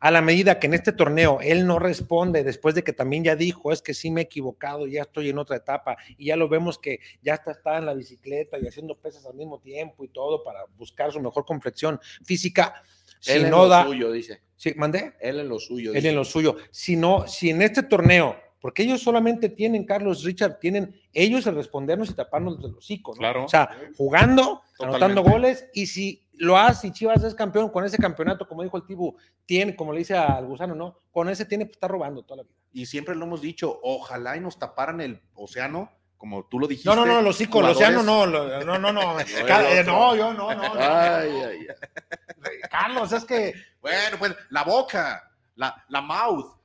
a la medida que en este torneo él no responde, después de que también ya dijo, es que sí me he equivocado, ya estoy en otra etapa, y ya lo vemos que ya está, está en la bicicleta y haciendo pesas al mismo tiempo y todo para buscar su mejor complexión física. Si él en no lo da. suyo, dice. ¿Sí? ¿Mandé? Él en lo suyo. él dice. en lo suyo. Si no, si en este torneo, porque ellos solamente tienen, Carlos Richard, tienen ellos el respondernos y taparnos los hocicos, ¿no? Claro. O sea, jugando, Totalmente. anotando goles, y si lo hace y Chivas es campeón con ese campeonato, como dijo el Tibu, tiene, como le dice al gusano, ¿no? Con ese tiene, pues, está robando toda la vida. Y siempre lo hemos dicho, ojalá y nos taparan el océano, como tú lo dijiste. No, no, no, los hocicos, los océano, jugadores- no, lo- no, no, no. el Ca- eh, otro. no, yo no, no, no. Ay, ay, ay. Carlos, es que, Bueno, pues la boca, la, la mouth,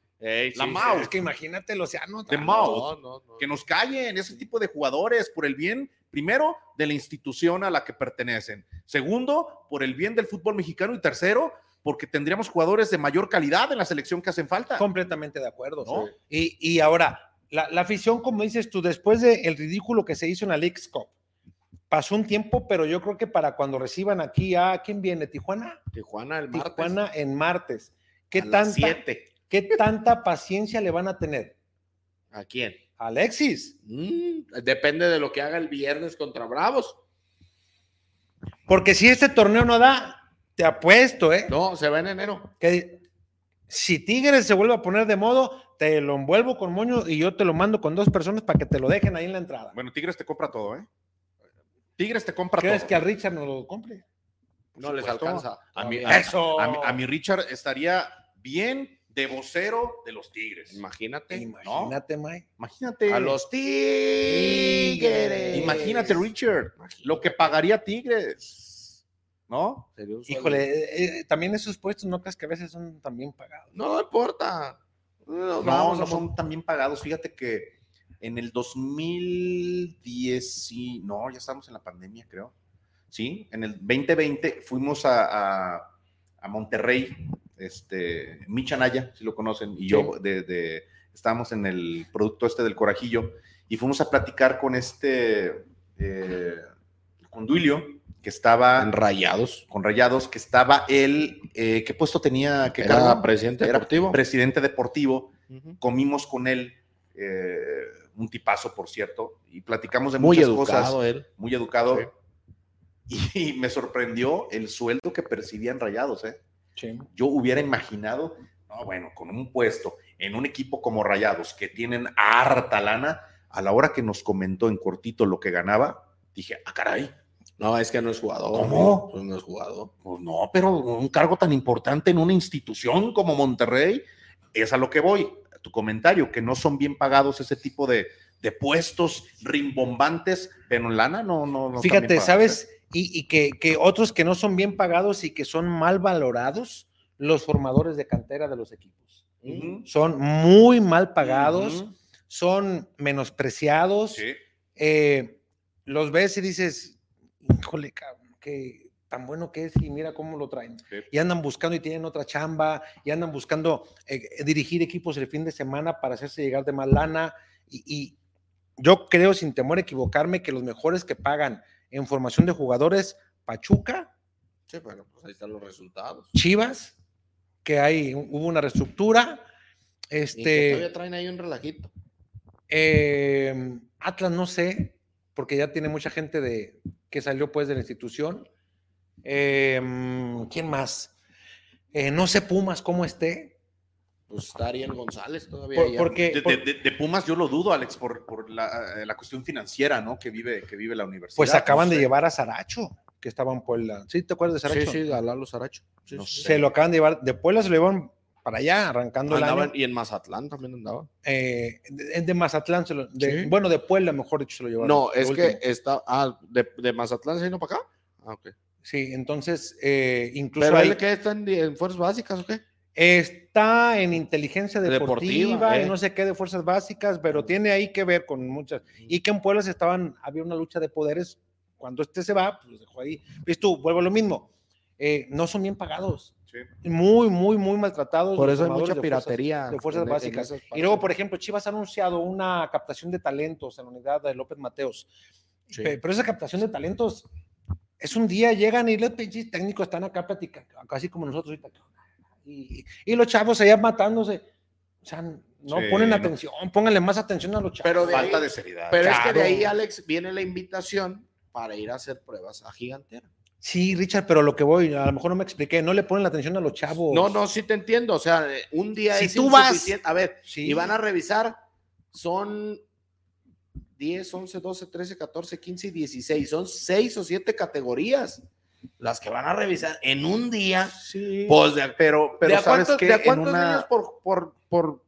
la mouth. es que imagínate el océano. The no, mouth. No, no, no. que nos callen ese tipo de jugadores por el bien, primero, de la institución a la que pertenecen, segundo, por el bien del fútbol mexicano y tercero, porque tendríamos jugadores de mayor calidad en la selección que hacen falta. Completamente de acuerdo. ¿no? Y, y ahora, la, la afición, como dices tú, después del el ridículo que se hizo en la League's Cup, pasó un tiempo, pero yo creo que para cuando reciban aquí a quién viene, Tijuana, Tijuana el martes. Tijuana en martes. ¿Qué a las tanta, siete. ¿Qué tanta paciencia le van a tener? ¿A quién? Alexis, Mm, depende de lo que haga el viernes contra Bravos. porque si este torneo no da, te apuesto, ¿eh? No, se va en enero. Que si Tigres se vuelve a poner de modo, te lo envuelvo con moño y yo te lo mando con dos personas para que te lo dejen ahí en la entrada. Bueno, Tigres te compra todo, ¿eh? Tigres te compra ¿Crees todo. que a Richard no lo compre? No les supuesto. alcanza. a, mi, todavía. a- Eso. a mi- a mi Richard estaría bien de vocero de los Tigres. Imagínate. ¿no? Imagínate, Mike. Imagínate. A los Tigres. Imagínate, Richard, lo que pagaría Tigres. ¿No? Sería un sueldo. Híjole, eh, eh, también esos puestos no crees que a veces son también pagados. No importa. No, Nos no, vamos a- son tan bien pagados. Fíjate que en el 2010, y- no, ya estamos en la pandemia, creo. Sí, en el 2020 fuimos a, a- a Monterrey, este, Michanaya, si lo conocen, y yo de, de- estábamos en el producto este del Corajillo, y fuimos a platicar con este, eh, con Duilio, que estaba Están rayados. con Rayados, que estaba él, eh, ¿qué puesto tenía? ¿Qué Era cargo? presidente Era deportivo. presidente deportivo Ujú. comimos con él, eh, un tipazo, por cierto, y platicamos de Muy muchas educado cosas, él. muy educado. Y me sorprendió el sueldo que percibían Rayados, ¿eh? Yo hubiera imaginado, no, bueno, con un puesto en un equipo como Rayados, que tienen harta lana, a la hora que nos comentó en cortito lo que ganaba, dije, ah, caray, No, es que no es jugador. ¿Cómo? amigo. Pues no es jugador. pues no, pero un cargo tan importante en una institución como Monterrey, es a lo que voy, a tu comentario, que no son bien pagados ese tipo de, de puestos rimbombantes, pero en lana no, no. no están bien Fíjate, pagados, ¿eh? ¿sabes? Y, y que, que otros que no son bien pagados y que son mal valorados, los formadores de cantera de los equipos. Ujú. Son muy mal pagados, Ujú. son menospreciados. Sí. eh, los ves y dices, híjole, cabrón, que tan bueno que es y mira cómo lo traen. Sí. Y andan buscando y tienen otra chamba, y andan buscando eh, dirigir equipos el fin de semana para hacerse llegar de más lana. Y, y yo creo, sin temor a equivocarme, que los mejores que pagan en formación de jugadores, Pachuca, Sí, pero pues ahí están los resultados. Chivas, que hay, hubo una reestructura, Y que este, todavía traen ahí un relajito. eh, Atlas no sé, porque ya tiene mucha gente de, que salió pues de la institución. Eh, ¿Quién más? Eh, no sé Pumas cómo esté. Pues está Ariel González todavía. por- ahí. porque, De, por- de- de- de Pumas yo lo dudo, Alex, por, por la, eh, la cuestión financiera, ¿no? Que vive, que vive la universidad. pues acaban No de sé. llevar a Saracho, que estaba en Puebla. ¿Sí te acuerdas de Sí, Saracho? sí, a Lalo Saracho. Sí, No sí, Se sí. lo acaban de llevar. De Puebla se lo llevan para allá, arrancando el Andaban, año. y en Mazatlán también andaba. Eh, de, de Mazatlán, se lo- de- Sí. bueno, de Puebla, mejor dicho, se lo llevaron. No, lo es último. que está. Ah, de, de Mazatlán se vino para acá. Ah, ok. Sí, entonces, eh, incluso Pero ahí- él que está en, en fuerzas básicas o qué? Está en inteligencia deportiva, Deportiva, eh. Mm. y no sé qué de fuerzas básicas, pero tiene ahí que ver con muchas. Y que en Puebla se estaban, había una lucha de poderes. Cuando este se va, pues dejó ahí. Ves tú, vuelvo a lo mismo. Eh, no son bien pagados. Sí. Muy, muy, muy maltratados. Por los eso hay formadores mucha de fuerzas- piratería. de fuerzas en- en básicas. esas Y luego, partes. por ejemplo, Chivas ha anunciado una captación de talentos en la unidad de López Mateos. Sí. Pe- Pero esa captación de talentos es un día, llegan y los pinches técnicos están acá platicando, casi como nosotros ahorita. Y, y los chavos allá matándose. O sea, no Sí, ponen no. atención, pónganle más atención a los chavos. Pero de ahí- Falta de seriedad. Pero es que de Claro. ahí, Alex, viene la invitación para ir a hacer pruebas a Gigantera. Sí, Richard, pero lo que voy, a lo mejor no me expliqué, no le ponen la atención a los chavos. No, no, sí te entiendo. O sea, eh, un día Si es tú vas- insuficiente. A ver, Sí. y van a revisar, son 10, 11, 12, 13, 14, 15 y 16. Son 6 o 7 categorías las que van a revisar en un día. Sí. Pues de, Pero, pero ¿De a ¿sabes cuántos, que de a en cuántos una... niños por, por, por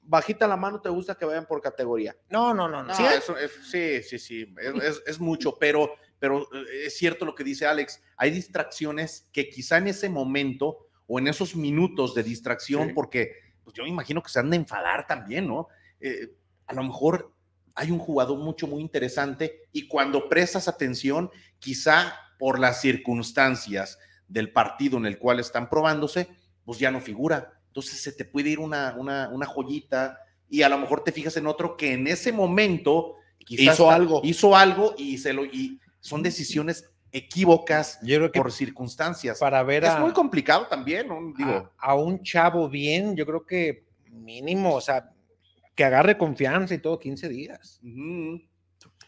bajita la mano te gusta que vayan por categoría? No, no, no, no. No, ¿Sí? eso es- sí, sí, sí, es, es- es mucho, pero, pero eh, es cierto lo que dice Alex, hay distracciones que quizá en ese momento o en esos minutos de distracción, Sí. porque pues yo me imagino que se han de enfadar también, ¿no? Eh, a lo mejor hay un jugador mucho, muy interesante y cuando prestas atención, quizá por las circunstancias del partido en el cual están probándose, pues ya no figura. Entonces se te puede ir una, una, una joyita y a lo mejor te fijas en otro que en ese momento quizás Hizo ta- algo. Hizo algo y, se lo, y son decisiones equívocas Yo creo que por circunstancias. para ver a... Es muy complicado también, ¿no? Digo, a, a un chavo bien, yo creo que mínimo, o sea, que agarre confianza y todo 15 días. ujú,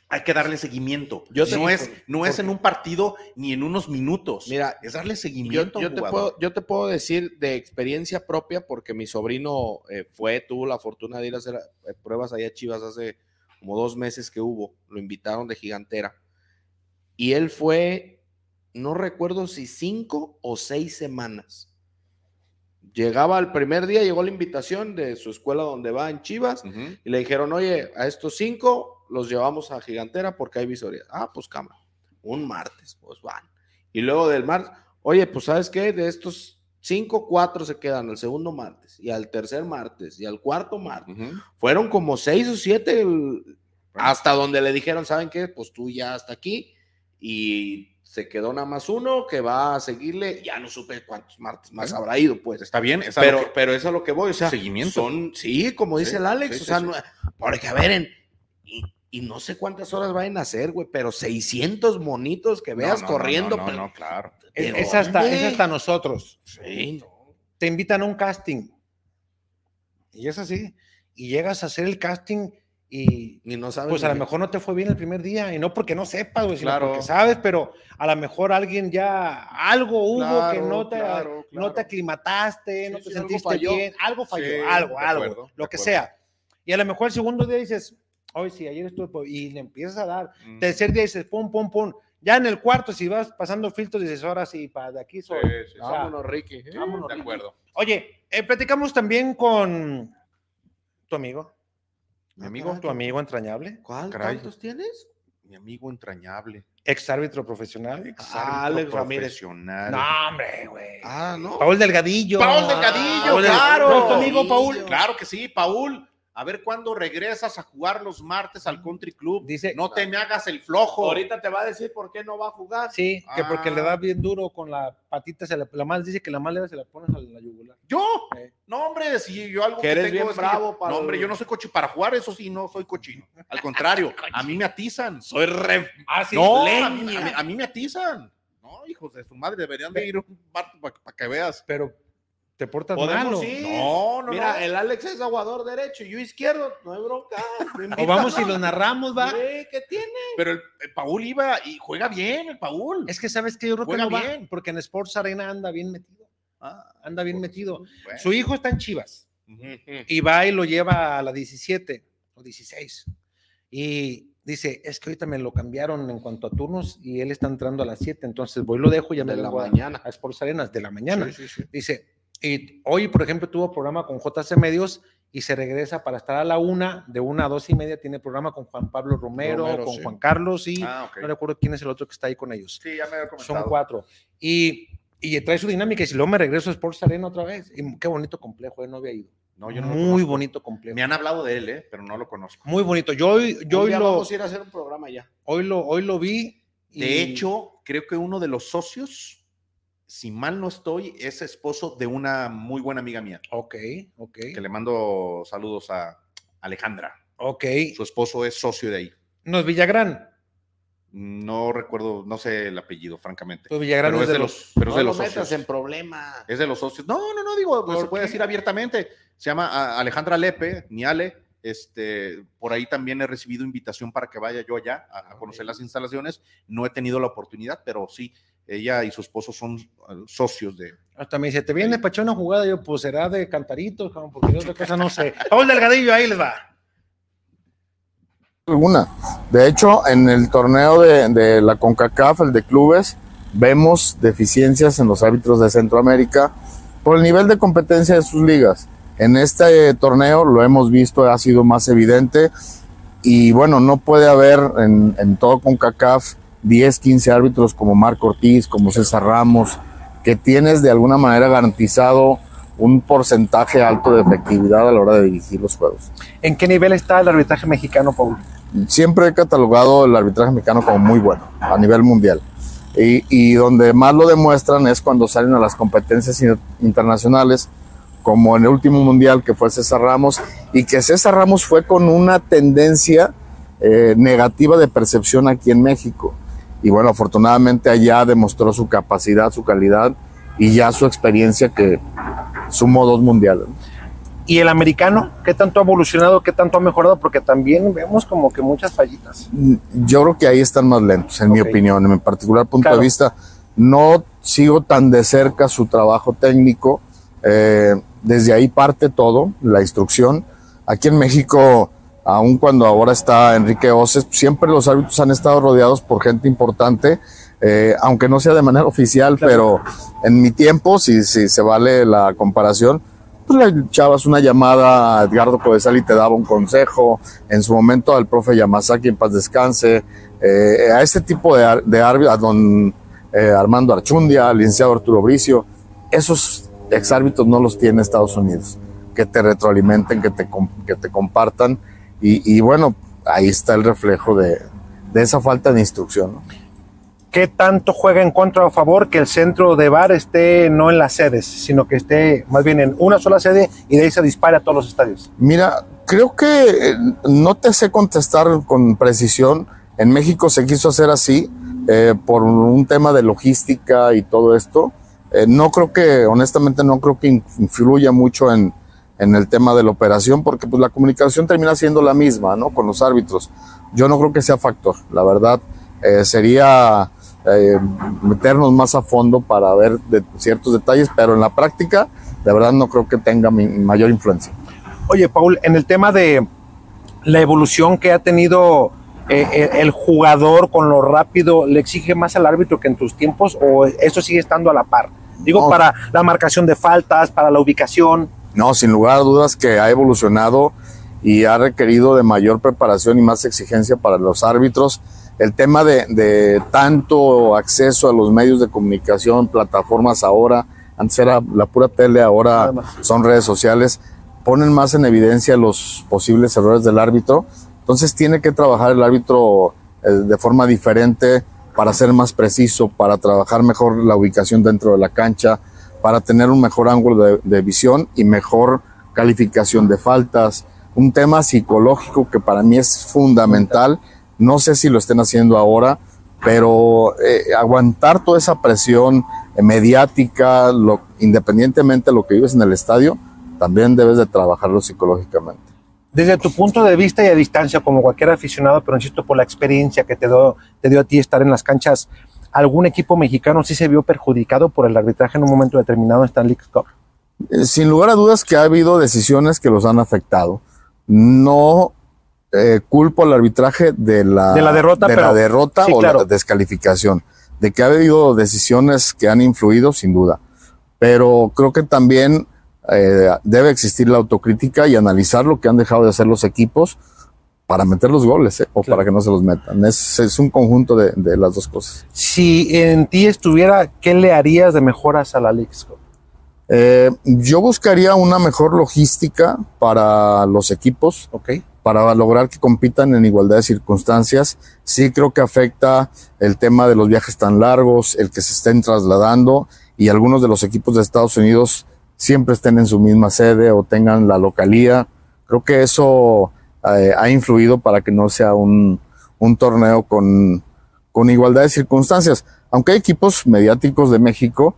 hay que darle seguimiento. Yo te- no es, no es en un partido ni en unos minutos. Mira, es darle Yo, seguimiento. yo al te jugador. puedo, yo te puedo decir de experiencia propia, porque mi sobrino eh, fue, tuvo la fortuna de ir a hacer eh, pruebas allá a Chivas hace como dos meses que hubo, lo invitaron de gigantera. Y él fue, no recuerdo si cinco o seis semanas. Llegaba el primer día, llegó la invitación de su escuela donde va en Chivas Ujú. y le dijeron, oye, a estos cinco los llevamos a Gigantera porque hay visoría. Ah, pues cámara. Un martes, pues van. Y luego del martes, oye, pues sabes qué, de estos cinco, cuatro se quedan al segundo martes y al tercer martes y al cuarto martes. Ujú. Fueron como seis o siete el- hasta donde le dijeron, ¿saben qué? Pues tú ya hasta aquí y se quedó nada más uno que va a seguirle. Ya no supe cuántos martes más Bueno, habrá ido, pues. Está bien, es a Pero, lo que- pero es a lo que voy, o sea, Seguimiento. son, sí, como dice Sí, el Alex, sí, o sea, sí, sí. no- porque a ver, en- y, y no sé cuántas horas vayan a hacer, güey, pero 600 monitos que No, veas no, no, corriendo. No, no, pero- no, claro. ¿eh? Es, ¿de es hasta, dónde? es hasta nosotros. Sí. Te invitan a un casting. Y es así. Y llegas a hacer el casting y Y no sabes. pues a ni- lo mejor no te fue bien el primer día. Y no porque no sepas, güey, sino Claro. porque sabes, pero a lo mejor alguien ya algo hubo que Claro, no te, claro, no te claro. aclimataste, no Sí, te sí, algo sentiste falló. bien, algo falló, Sí, algo, de algo, acuerdo, lo de que acuerdo. sea. Y a lo mejor el segundo día dices, hoy sí, ayer estuve, po-", y le empiezas a dar. Mm. Tercer día dices, pum, pum, pum. Ya en el cuarto, si vas pasando filtros, dices, ahora sí, para de aquí Sí, soy. sí, sí. O sea, Vámonos, Ricky. Eh, vámonos, de acuerdo. Oye, eh, platicamos también con tu amigo, Mi amigo, tu amigo entrañable, ¿Cuál? Caray. ¿Cuántos tienes? mi amigo entrañable. ex árbitro profesional. Ah, Alex Ramírez. Profesional. No, hombre, güey. Ah, no. Paul Delgadillo. Paul Delgadillo, Paul Delgadillo, claro. tu amigo Paul. Claro que sí, Paul. A ver cuándo regresas a jugar los martes al Country Club. Dice- no te me hagas el flojo. Ahorita te va a decir por qué no va a jugar. Sí, que porque Ah. le da bien duro con la patita, se la, la más dice que la más leve se la pones a la yugular. Yo, Eh. no, hombre, si yo algo Que eres bien es que- bravo para No, hombre, el- yo no soy cochino. Para jugar, eso sí, no soy cochino. Al contrario, a mí me atizan. Soy re. no, a mí, a mí- a mí me atizan. No, hijos de su madre, deberían de ir un martes para que veas. Pero te portas Podemos malo. ir. No, no, Mira, no. el Alex es aguador derecho, yo izquierdo, no hay bronca. me O invitan, vamos y ¿no? lo narramos, va. Sí, ¿Qué tiene? Pero el, el Paul iba y juega bien, el Paul. Es que sabes que yo creo que Juega no va, bien. porque en Sports Arena anda bien metido. Ah, Anda bien Por- metido. bueno. Su hijo está en Chivas Ujú. y va y lo lleva a la 17 o 16. Y dice, es que ahorita me lo cambiaron en cuanto a turnos y él está entrando a las 7, entonces voy y lo dejo y ya me De la vengo a- mañana. a Sports Arenas de la mañana. Dice, y hoy, por ejemplo, tuvo programa con JC Medios y se regresa para estar a la una, de una a dos y media tiene programa con Juan Pablo Romero, Romero, con sí. Juan Carlos y Ah, ok. no recuerdo quién es el otro que está ahí con ellos. Sí, ya me había Son comentado. cuatro. Y, y trae su dinámica y si luego me regreso a Sports Arena otra vez. Y qué bonito complejo, eh, no había ido. No, yo no lo Muy conozco. bonito complejo. Me han hablado de él, eh, pero no lo conozco. Muy bonito. Yo, hoy- yo Un hoy, día lo, vamos a ir a hacer un programa ya. hoy, lo, hoy lo vi. y- De hecho, creo que uno de los socios, si mal no estoy, es esposo de una muy buena amiga mía, Ok, ok. que le mando saludos a Alejandra. Ok. Su esposo es socio de ahí. No es Villagrán. No recuerdo, no sé el apellido, francamente. Pues Villagrán Pero es, es de los, pero es no de lo los metas socios. en problema. Es de los socios. No, no, no, digo, pues, se puede decir abiertamente. Se llama a- Alejandra Lepe, mi Ale. Este, por ahí también he recibido invitación para que vaya yo allá Ah, a, a conocer las instalaciones. No he tenido la oportunidad, pero sí, ella y su esposo son eh, socios de. Hasta me dice, ¿te vienes para echar una jugada? Yo, pues será de cantaritos, cabrón, porque yo otra cosa no sé. Paul Delgadillo, ahí les va. alguna. De hecho, en el torneo de, de la CONCACAF, el de clubes, vemos deficiencias en los árbitros de Centroamérica por el nivel de competencia de sus ligas. En este eh, torneo lo hemos visto, ha sido más evidente y bueno, no puede haber en, en todo CONCACAF 10, 15 árbitros como Marco Ortiz, como César Ramos, que tienes de alguna manera garantizado un porcentaje alto de efectividad a la hora de dirigir los juegos ¿En qué nivel está el arbitraje mexicano, Paul? siempre he catalogado el arbitraje mexicano como muy bueno a nivel mundial. Y, y donde más lo demuestran es cuando salen a las competencias in- internacionales, como en el último mundial que fue César Ramos, y que César Ramos fue con una tendencia eh, negativa de percepción aquí en México. Y bueno, afortunadamente allá demostró su capacidad, su calidad y ya su experiencia que sumó dos mundiales. ¿no? ¿Y el americano? ¿Qué tanto ha evolucionado? ¿Qué tanto ha mejorado? Porque también vemos como que muchas fallitas. yo creo que ahí están más lentos, en Ok. mi opinión, en mi particular punto Claro. de vista. No sigo tan de cerca su trabajo técnico. eh, desde ahí parte todo, la instrucción. Aquí en México, pues, aun cuando ahora está Enrique Oces, siempre los árbitros han estado rodeados por gente importante eh, aunque no sea de manera oficial, pero en mi tiempo, si, si se vale la comparación, pues le echabas una llamada a Edgardo Codesal y te daba un consejo, en su momento al profe Yamazaki en paz descanse, eh, a este tipo de, ar- de árbitros, a don eh, Armando Archundia, al licenciado Arturo Bricio, esos exárbitros no los tiene Estados Unidos, que te retroalimenten, que te, com- que te compartan, y, y bueno, ahí está el reflejo de, de esa falta de instrucción. ¿no? ¿Qué tanto juega en contra o a favor que el centro de bar esté no en las sedes, sino que esté más bien en una sola sede y de ahí se dispara a todos los estadios? Mira, creo que eh, no te sé contestar con precisión. En México se quiso hacer así eh, por un tema de logística y todo esto. Eh, no creo que, honestamente, no creo que in- influya mucho en, en el tema de la operación, porque pues, la comunicación termina siendo la misma, ¿no? Con los árbitros. Yo no creo que sea factor. La verdad, eh, sería eh, meternos más a fondo para ver de- ciertos detalles, pero en la práctica, la verdad, no creo que tenga mi- mayor influencia. Oye, Paul, en el tema de la evolución que ha tenido eh, eh, el jugador con lo rápido, ¿le exige más al árbitro que en tus tiempos o eso sigue estando a la par? Digo, No. para la marcación de faltas, para la ubicación. No, sin lugar a dudas que ha evolucionado y ha requerido de mayor preparación y más exigencia para los árbitros. El tema de, de tanto acceso a los medios de comunicación, plataformas ahora, antes era la pura tele, ahora son redes sociales, ponen más en evidencia los posibles errores del árbitro. Entonces tiene que trabajar el árbitro eh, de forma diferente para ser más preciso, para trabajar mejor la ubicación dentro de la cancha, para tener un mejor ángulo de, de visión y mejor calificación de faltas. Un tema psicológico que para mí es fundamental. No sé si lo estén haciendo ahora, pero eh, aguantar toda esa presión eh, mediática, lo, independientemente de lo que vives en el estadio, también debes de trabajarlo psicológicamente. Desde tu punto de vista y a distancia, como cualquier aficionado, pero insisto, por la experiencia que te, do- te dio a ti estar en las canchas, ¿algún equipo mexicano sí se vio perjudicado por el arbitraje en un momento determinado en Stanley Cup? Eh, sin lugar a dudas que ha habido decisiones que los han afectado. No eh, culpo al arbitraje de la, De la derrota, de la pero- derrota sí, o claro. la descalificación. De que ha habido decisiones que han influido, sin duda. Pero creo que también eh, debe existir la autocrítica y analizar lo que han dejado de hacer los equipos para meter los goles eh, o para que no se los metan. Es, es un conjunto de- de las dos cosas. Si en ti estuviera, ¿qué le harías de mejoras a la League Cup? Eh, yo buscaría una mejor logística para los equipos, para lograr que compitan en igualdad de circunstancias. Sí creo que afecta el tema de los viajes tan largos, el que se estén trasladando y algunos de los equipos de Estados Unidos siempre estén en su misma sede o tengan la localía. Creo que eso eh, ha influido para que no sea un, un torneo con, con igualdad de circunstancias. Aunque hay equipos mediáticos de México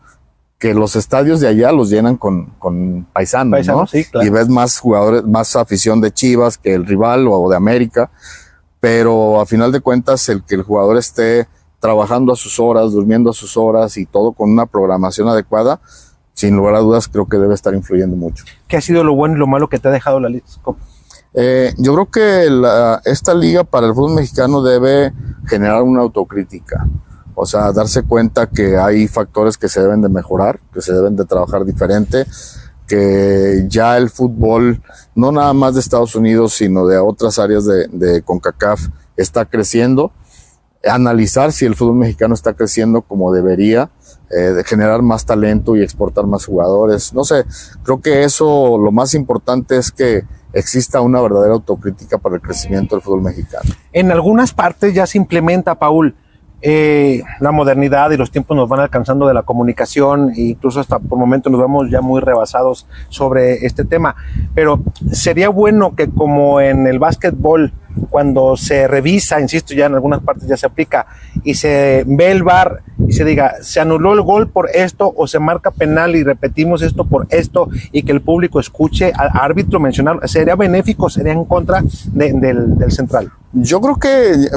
que los estadios de allá los llenan con, con paisanos, ¿no? Paisano, sí, claro. y ves más jugadores, más afición de Chivas que el rival o de América, pero a final de cuentas el que el jugador esté trabajando a sus horas, durmiendo a sus horas y todo con una programación adecuada, sin lugar a dudas creo que debe estar influyendo mucho. ¿Qué ha sido lo bueno y lo malo que te ha dejado la League Cup? Eh, yo creo que la- esta liga para el fútbol mexicano debe generar una autocrítica, o sea, darse cuenta que hay factores que se deben de mejorar, que se deben de trabajar diferente, que ya el fútbol, no nada más de Estados Unidos, sino de otras áreas de, de CONCACAF, está creciendo. Analizar si el fútbol mexicano está creciendo como debería, eh, de generar más talento y exportar más jugadores. No sé, creo que eso lo más importante es que exista una verdadera autocrítica para el crecimiento del fútbol mexicano. En algunas partes ya se implementa, Paul, eh, la modernidad y los tiempos nos van alcanzando de la comunicación, e incluso hasta por momentos nos vamos ya muy rebasados sobre este tema. Pero sería bueno que como en el básquetbol, cuando se revisa, insisto, ya en algunas partes ya se aplica, y se ve el bar y se diga, se anuló el gol por esto o se marca penal y repetimos esto por esto y que el público escuche al árbitro mencionar, sería benéfico, sería en contra de- del, del central. Yo creo que, eh,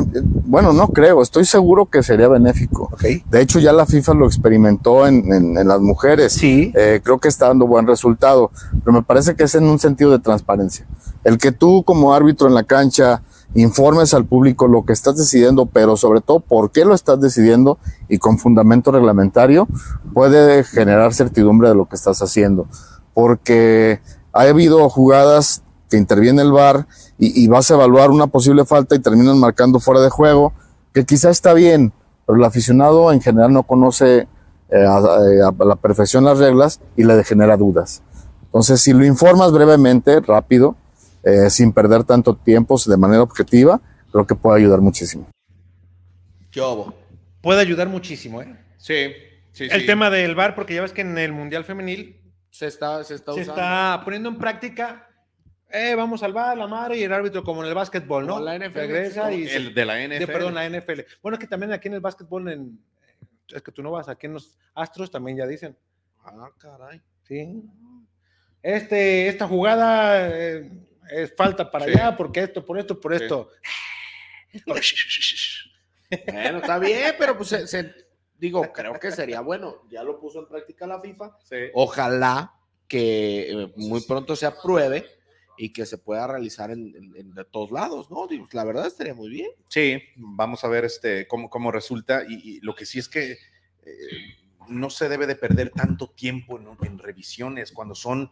bueno, no creo, estoy seguro que sería benéfico. Ok. De hecho, ya la FIFA lo experimentó en, en- en las mujeres. Sí. Eh, creo que está dando buen resultado, pero me parece que es en un sentido de transparencia. El que tú como árbitro en la cancha informes al público lo que estás decidiendo, pero sobre todo por qué lo estás decidiendo y con fundamento reglamentario puede generar certidumbre de lo que estás haciendo. Porque ha habido jugadas que interviene el VAR y, y vas a evaluar una posible falta y terminan marcando fuera de juego, que quizá está bien, pero el aficionado en general no conoce eh, a, a- a la perfección las reglas y le genera dudas. Entonces, si lo informas brevemente, rápido, eh, sin perder tanto tiempo, de manera objetiva, creo que puede ayudar muchísimo. ¿Qué hubo? Puede ayudar muchísimo, ¿eh? Sí, sí, El sí. tema del VAR, porque ya ves que en el Mundial Femenil se está, se está se usando. está poniendo en práctica. Eh, vamos al VAR, la madre y el árbitro, como en el básquetbol, ¿no? Como la NFL, Regresa y se- El de la NFL. de- perdón, la NFL. Bueno, que también aquí en el básquetbol, en, es que tú no vas, aquí en los Astros también ya dicen. Ah, caray. Sí. Este, esta jugada eh, es falta para Sí. allá, porque esto, por esto, por Sí. esto. Bueno, está bien, pero pues se- se- digo, creo que sería bueno. Ya lo puso en práctica la FIFA. Sí. Ojalá que eh, muy pronto se apruebe y que se pueda realizar en, en- en de todos lados, ¿no? Digo, la verdad estaría muy bien. Sí, vamos a ver este, cómo, cómo resulta. Y, y lo que sí es que eh, no se debe de perder tanto tiempo en, en revisiones cuando son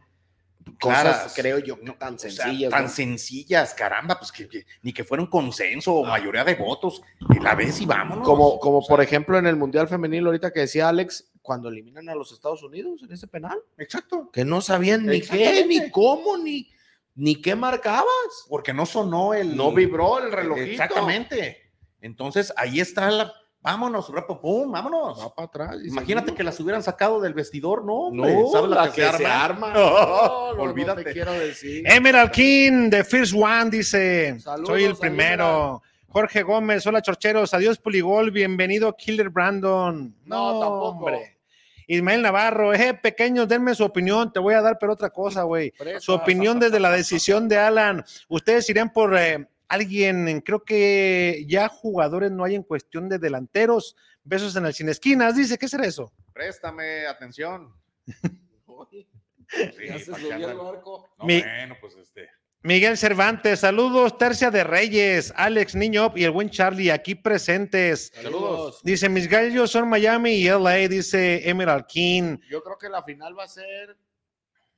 claras, Cosas, creo yo, no, tan o sea, sencillas. tan ¿no? sencillas, caramba, pues que, que ni que fuera un consenso o mayoría de votos. Y la ves y vámonos. Como, como por ejemplo en el Mundial Femenil, ahorita que decía Alex, cuando eliminan a los Estados Unidos en ese penal, Exacto. que no sabían ni qué, ni cómo, ni, ni qué marcaba. Porque no sonó el. No vibró el relojito. Exactamente. Entonces ahí está la. Vámonos, rapo, pum, vámonos. Va para atrás. y Imagínate seguimos. que las hubieran sacado del vestidor, no, hombre. No, ¿Sabes la, que, se arma? No, Eh. no, Olvídate. no te quiero decir. Emerald King, The First One, dice. Saludos, Soy el saludos, primero. Jorge Gómez, hola chorcheros, adiós Puligol, bienvenido Killer Brandon. No, tampoco. Ismael Navarro, eh, pequeños, denme su opinión, te voy a dar, pero otra cosa, güey. Su opinión desde la decisión de Alan. Ustedes irían por eh, alguien, creo que ya jugadores no hay en cuestión de delanteros. Besos en el sin esquinas, dice, ¿qué será eso? Préstame atención. Sí, para que andan- No, Mi- bueno, pues este. Miguel Cervantes, saludos, Tercia de Reyes, Alex Niño y el buen Charlie aquí presentes. Saludos. Dice, mis gallos son Miami y LA, dice Emerald King. Yo creo que la final va a ser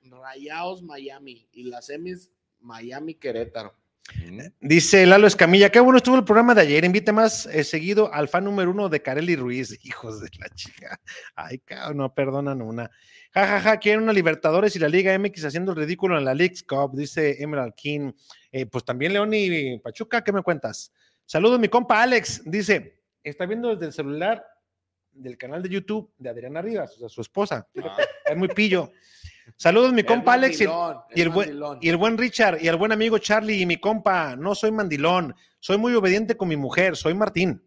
Rayados Miami y las semis Miami Querétaro. Dice Lalo Escamilla, qué bueno estuvo el programa de ayer. Invite más eh, seguido al fan número uno de Carelli Ruiz, hijos de la chica. Ay, cabrón, no perdonan una. Ja, ja, ja, quieren una Libertadores y la Liga MX haciendo el ridículo en la League Cup, dice Emerald King. Eh, pues también León y Pachuca, ¿qué me cuentas? Saludos, mi compa Alex. Dice, está viendo desde el celular del canal de YouTube de Adriana Rivas, o sea, su esposa. Es muy pillo. Saludos, mi compa Alex. y- y el buen- y el buen Richard y el buen amigo Charlie y mi compa, no soy mandilón, soy muy obediente con mi mujer, soy Martín.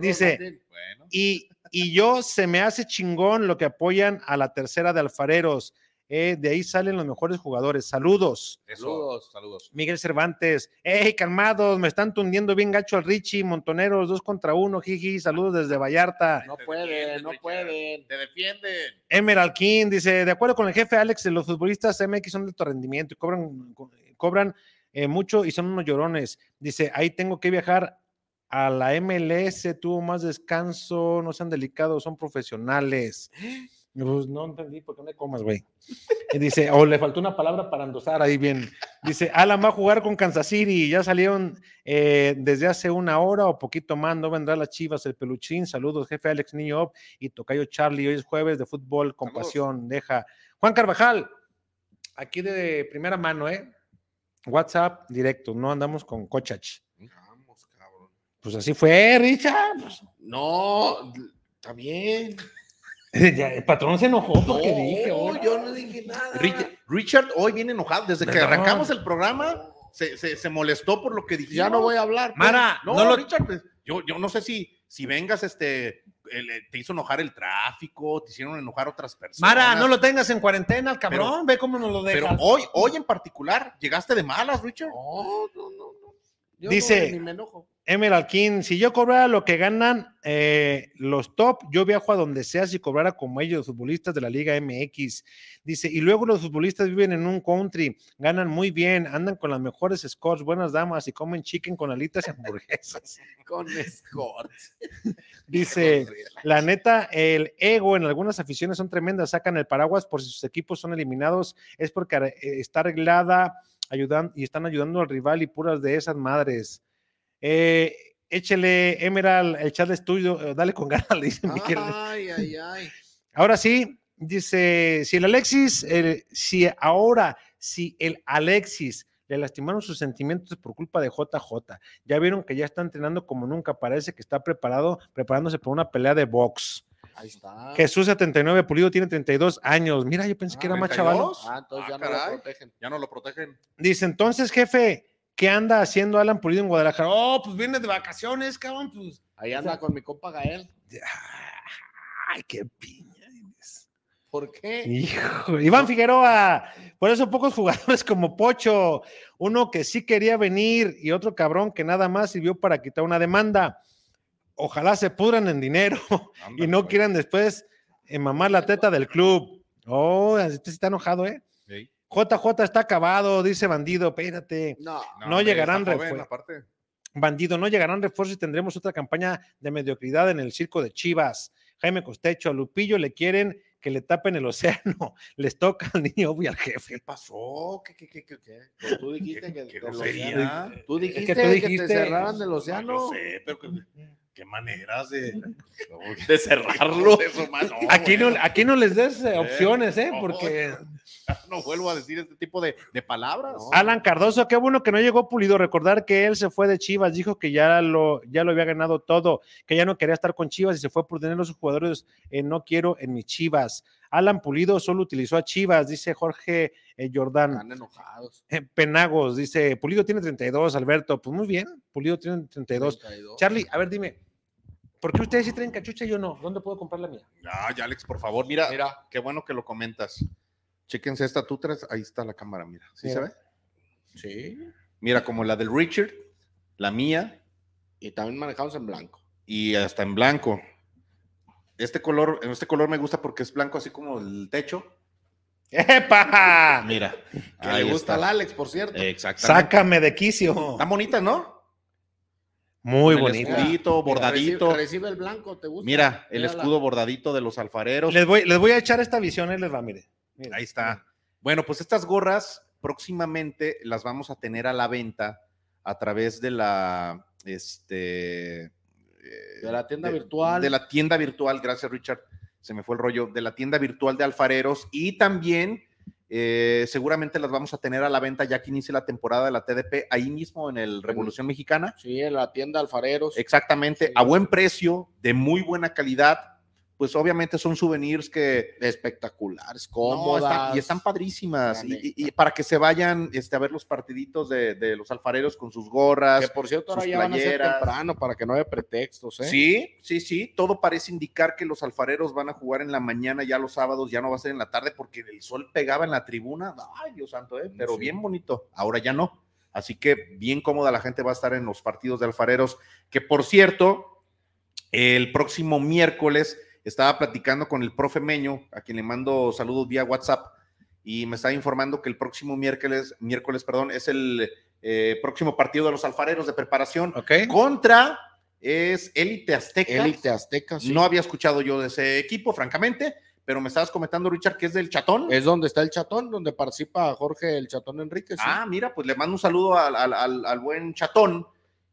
dice- Bueno. Y, y yo se me hace chingón lo que apoyan a la tercera de alfareros. eh, de ahí salen los mejores jugadores. Saludos. Eso, Saludos. saludos. Miguel Cervantes. ¡Ey, calmados! Me están tundiendo bien gacho al Richie. Montoneros, dos contra uno. Jiji, saludos desde Vallarta. No pueden, no pueden. Te defienden. Emerald King dice, de acuerdo con el jefe Alex, los futbolistas MX son de alto rendimiento y cobran, co- cobran eh, mucho y son unos llorones. Dice, ahí tengo que viajar a la MLS, tuvo más descanso, no sean delicados, son profesionales. Pues, no entendí, ¿por qué me comas, güey? Y dice, o le faltó una palabra para endosar ahí bien. Dice, Alan va a jugar con Kansas City, ya salieron eh, desde hace una hora o poquito más, no vendrá las chivas, el peluchín, saludos, jefe Alex Niño Op y Tocayo Charlie. Hoy es jueves de fútbol, con Saludos. pasión, deja. Juan Carvajal, aquí de primera mano, ¿eh? WhatsApp directo, no andamos con Cochach. Vamos, cabrón. Pues así fue, Richard. Pues, No, está bien. ya, el patrón se enojó porque dije, "Oh, "Ahora". yo no dije nada. Richard, Richard hoy viene enojado. Desde que Perdón. arrancamos el programa, se, se, se molestó por lo que dijimos. Ya no voy a hablar. pues. Mara, No, no lo- Richard, pues, yo, yo no sé si, si vengas, este, el- eh, te hizo enojar el tráfico, te hicieron enojar otras personas. Mara, no lo tengas en cuarentena, cabrón, ve cómo nos lo Pero dejas. hoy, hoy en particular, llegaste de malas, Richard. No, no, no, no. Yo Dice- no, ni me enojo. Emerald King, si yo cobrara lo que ganan eh, los top, yo viajo a donde sea si cobrara como ellos, los futbolistas de la Liga MX. Dice, y luego los futbolistas viven en un country, ganan muy bien, andan con las mejores scores, buenas damas y comen chicken con alitas y hamburguesas. Con Scott. Dice, la neta, el ego en algunas aficiones son tremendas, sacan el paraguas por si sus equipos son eliminados, es porque eh, está arreglada ayudan, y están ayudando al rival y puras de esas madres. Eh, échele, Emerald, el chat de estudio, eh, dale con ganas, le dice Miguel. Ay, ay, ay. Ahora sí, dice, si el Alexis, el- si ahora, si el Alexis le lastimaron sus sentimientos por culpa de JJ, ya vieron que ya está entrenando como nunca, parece que está preparado, preparándose para una pelea de box. Ahí está. Jesús 79, Pulido tiene 32 años. Mira, yo pensé que era más chaval. 32. Ah, entonces ya Ah, no lo caray. protegen. Ya no lo protegen. Dice, entonces, jefe, ¿qué anda haciendo Alan Pulido en Guadalajara? Oh, pues viene de vacaciones, cabrón, pues. Ahí anda con mi compa Gael. Ay, qué piña. eres. ¿Por qué? Hijo, Iván Figueroa, por eso pocos jugadores como Pocho, uno que sí quería venir y otro cabrón que nada más sirvió para quitar una demanda. Ojalá se pudran en dinero y Ándale, pues. no güey. quieran después eh, mamar la teta del club. Oh, este sí está enojado, ¿eh? Ey. JJ está acabado, dice bandido, espérate. No. No llegarán está refuer- aparte. Bandido, no llegarán refuerzos y tendremos otra campaña de mediocridad en el circo de Chivas. Jaime Costecho, a Lupillo le quieren que le tapen el océano. Les toca al niño y al jefe. ¿Qué pasó? ¿Qué, qué, qué, qué? qué? Pues tú dijiste que Qué, del océano. grosería. Tú dijiste que, tú dijiste- te cerraran del Ah, océano. yo sé, pero que- qué maneras de, De cerrarlo. de eso, man, no, Aquí no, bueno, aquí no les des eh, Eh, opciones, ¿eh? no. Porque no vuelvo a decir este tipo de, de palabras. No. Alan Cardoso, qué bueno que no llegó Pulido. Recordar que él se fue de Chivas, dijo que ya lo, ya lo había ganado todo, que ya no quería estar con Chivas y se fue por tener a sus jugadores en no quiero en mis Chivas. Alan Pulido solo utilizó a Chivas, dice Jorge eh, Jordán. Están enojados. Eh, Penagos dice, Pulido tiene 32, Alberto. Pues muy bien, Pulido tiene 32. 32. Charlie, a ver, dime, ¿por qué ustedes sí traen cachucha y yo no? ¿Dónde puedo comprar la mía? Ah, ya, Alex, por favor, mira, Mira. qué bueno que lo comentas. Chéquense esta, tú traes, ahí está la cámara, mira. ¿Sí se Mira. ve? Sí. Mira, como la del Richard, la mía Y también manejamos en blanco. y hasta en blanco. Este color, este color me gusta porque es blanco, así como el techo. ¡Epa! Mira, Que ahí le está. gusta al Alex, por cierto. Exactamente. Sácame de quicio. Están bonitas, ¿no? Muy Con el bonita. Escudito, bordadito. Recibe, recibe el blanco, ¿te gusta? Mira, el Mírala. escudo bordadito de los alfareros. Les voy, les voy a echar esta visión, ahí les va, mire. Mire. Ahí está. Bueno, pues estas gorras próximamente las vamos a tener a la venta a través de la este eh, De la tienda virtual. de la tienda virtual, gracias Richard, se me fue el rollo, de la tienda virtual de alfareros y también eh, seguramente las vamos a tener a la venta ya que inicie la temporada de la TDP ahí mismo en el Revolución Mexicana. Sí, en la tienda Alfareros. Exactamente, Sí. a buen precio, de muy buena calidad. Pues obviamente son souvenirs que Espectaculares, no, cómodas. están- y están padrísimas. La Y, y- y neta. para que se vayan este, a ver los partiditos de, de los alfareros con sus Que gorras. por cierto, ahora sus ya van a ser playeras. temprano para que no haya pretextos, ¿eh? Sí, sí, sí. Todo parece indicar que los alfareros van a jugar en la mañana, ya los sábados, ya no va a ser en la tarde porque el sol pegaba en la tribuna. Ay, Dios santo, ¿eh? pero Sí. bien bonito. Ahora ya no. Así que bien cómoda la gente va a estar en los partidos de alfareros. Que por cierto, el próximo miércoles estaba platicando con el profe Meño, a quien le mando saludos vía WhatsApp, y me está informando que el próximo miércoles, miércoles, perdón, es el eh, próximo partido de los alfareros de preparación Ok. contra es Élite Azteca. Élite Azteca, sí. No había escuchado yo de ese equipo, francamente, pero me estabas comentando, Richard, que es del Chatón. Es donde está el chatón, donde participa Jorge el Chatón Enríquez. ¿sí? Ah, mira, pues le mando un saludo al, al- al- al buen Chatón.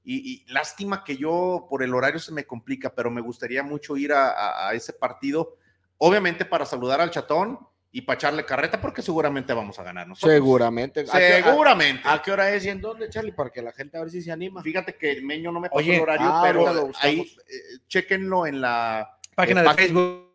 Y, y lástima que yo por el horario se me complica, pero me gustaría mucho ir a, a- a ese partido, obviamente para saludar al Chatón y para echarle carreta, porque seguramente vamos a ganar pues nosotros. Seguramente. ¿A qué- Seguramente. ¿A, a qué hora es y en dónde, Charlie? Para que la gente a ver si se anima. Fíjate que el Meño no me pasó Oye, el horario, ah, ahorita lo pero buscamos. ahí, eh, chéquenlo en la, Página de Eh, Página- Facebook.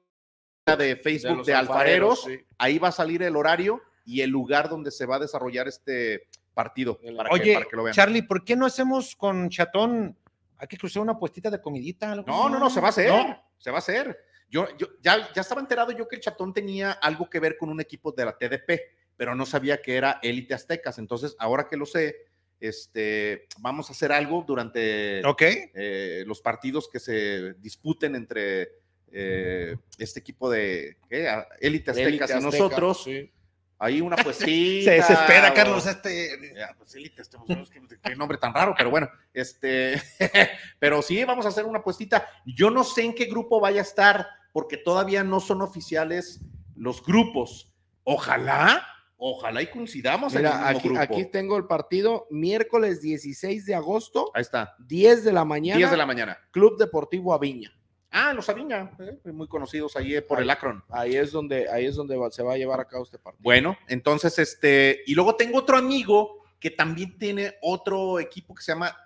de De Facebook los de, Alfareros. Alfareros, sí. Ahí va a salir el horario y el lugar donde se va a desarrollar este partido. El- Para que, Oye, para que lo vean. Charlie, ¿por qué no hacemos con Chatón? Hay que cruzar una puestita de comidita. algo? No, no, no, se va a hacer. No. Se va a hacer. Yo, yo ya, ya estaba enterado yo que el Chatón tenía algo que ver con un equipo de la TDP, pero no sabía que era Élite Aztecas. Entonces, ahora que lo sé, este, vamos a hacer algo durante Ok. eh, los partidos que se disputen entre eh, este equipo de ¿qué? A- élite aztecas Élite y Azteca, nosotros. sí. Ahí una puestita. Se desespera, o- Carlos, este. Ya, pues, élite, este, pues, es que- qué nombre tan raro, pero bueno, este, pero sí, vamos a hacer una puestita. Yo no sé en qué grupo vaya a estar, porque todavía no son oficiales los grupos. Ojalá, ojalá y coincidamos en Mira, el mismo aquí, grupo. aquí tengo el partido miércoles 16 de agosto, Ahí está, 10 de la mañana, 10 de la mañana. Club Deportivo Aviña. Ah, los Aviña, eh, muy conocidos ahí eh, por el Akron. Ahí es donde, ahí es donde va- se va a llevar a cabo este partido. Bueno, entonces, este, y luego tengo otro amigo que también tiene otro equipo que se llama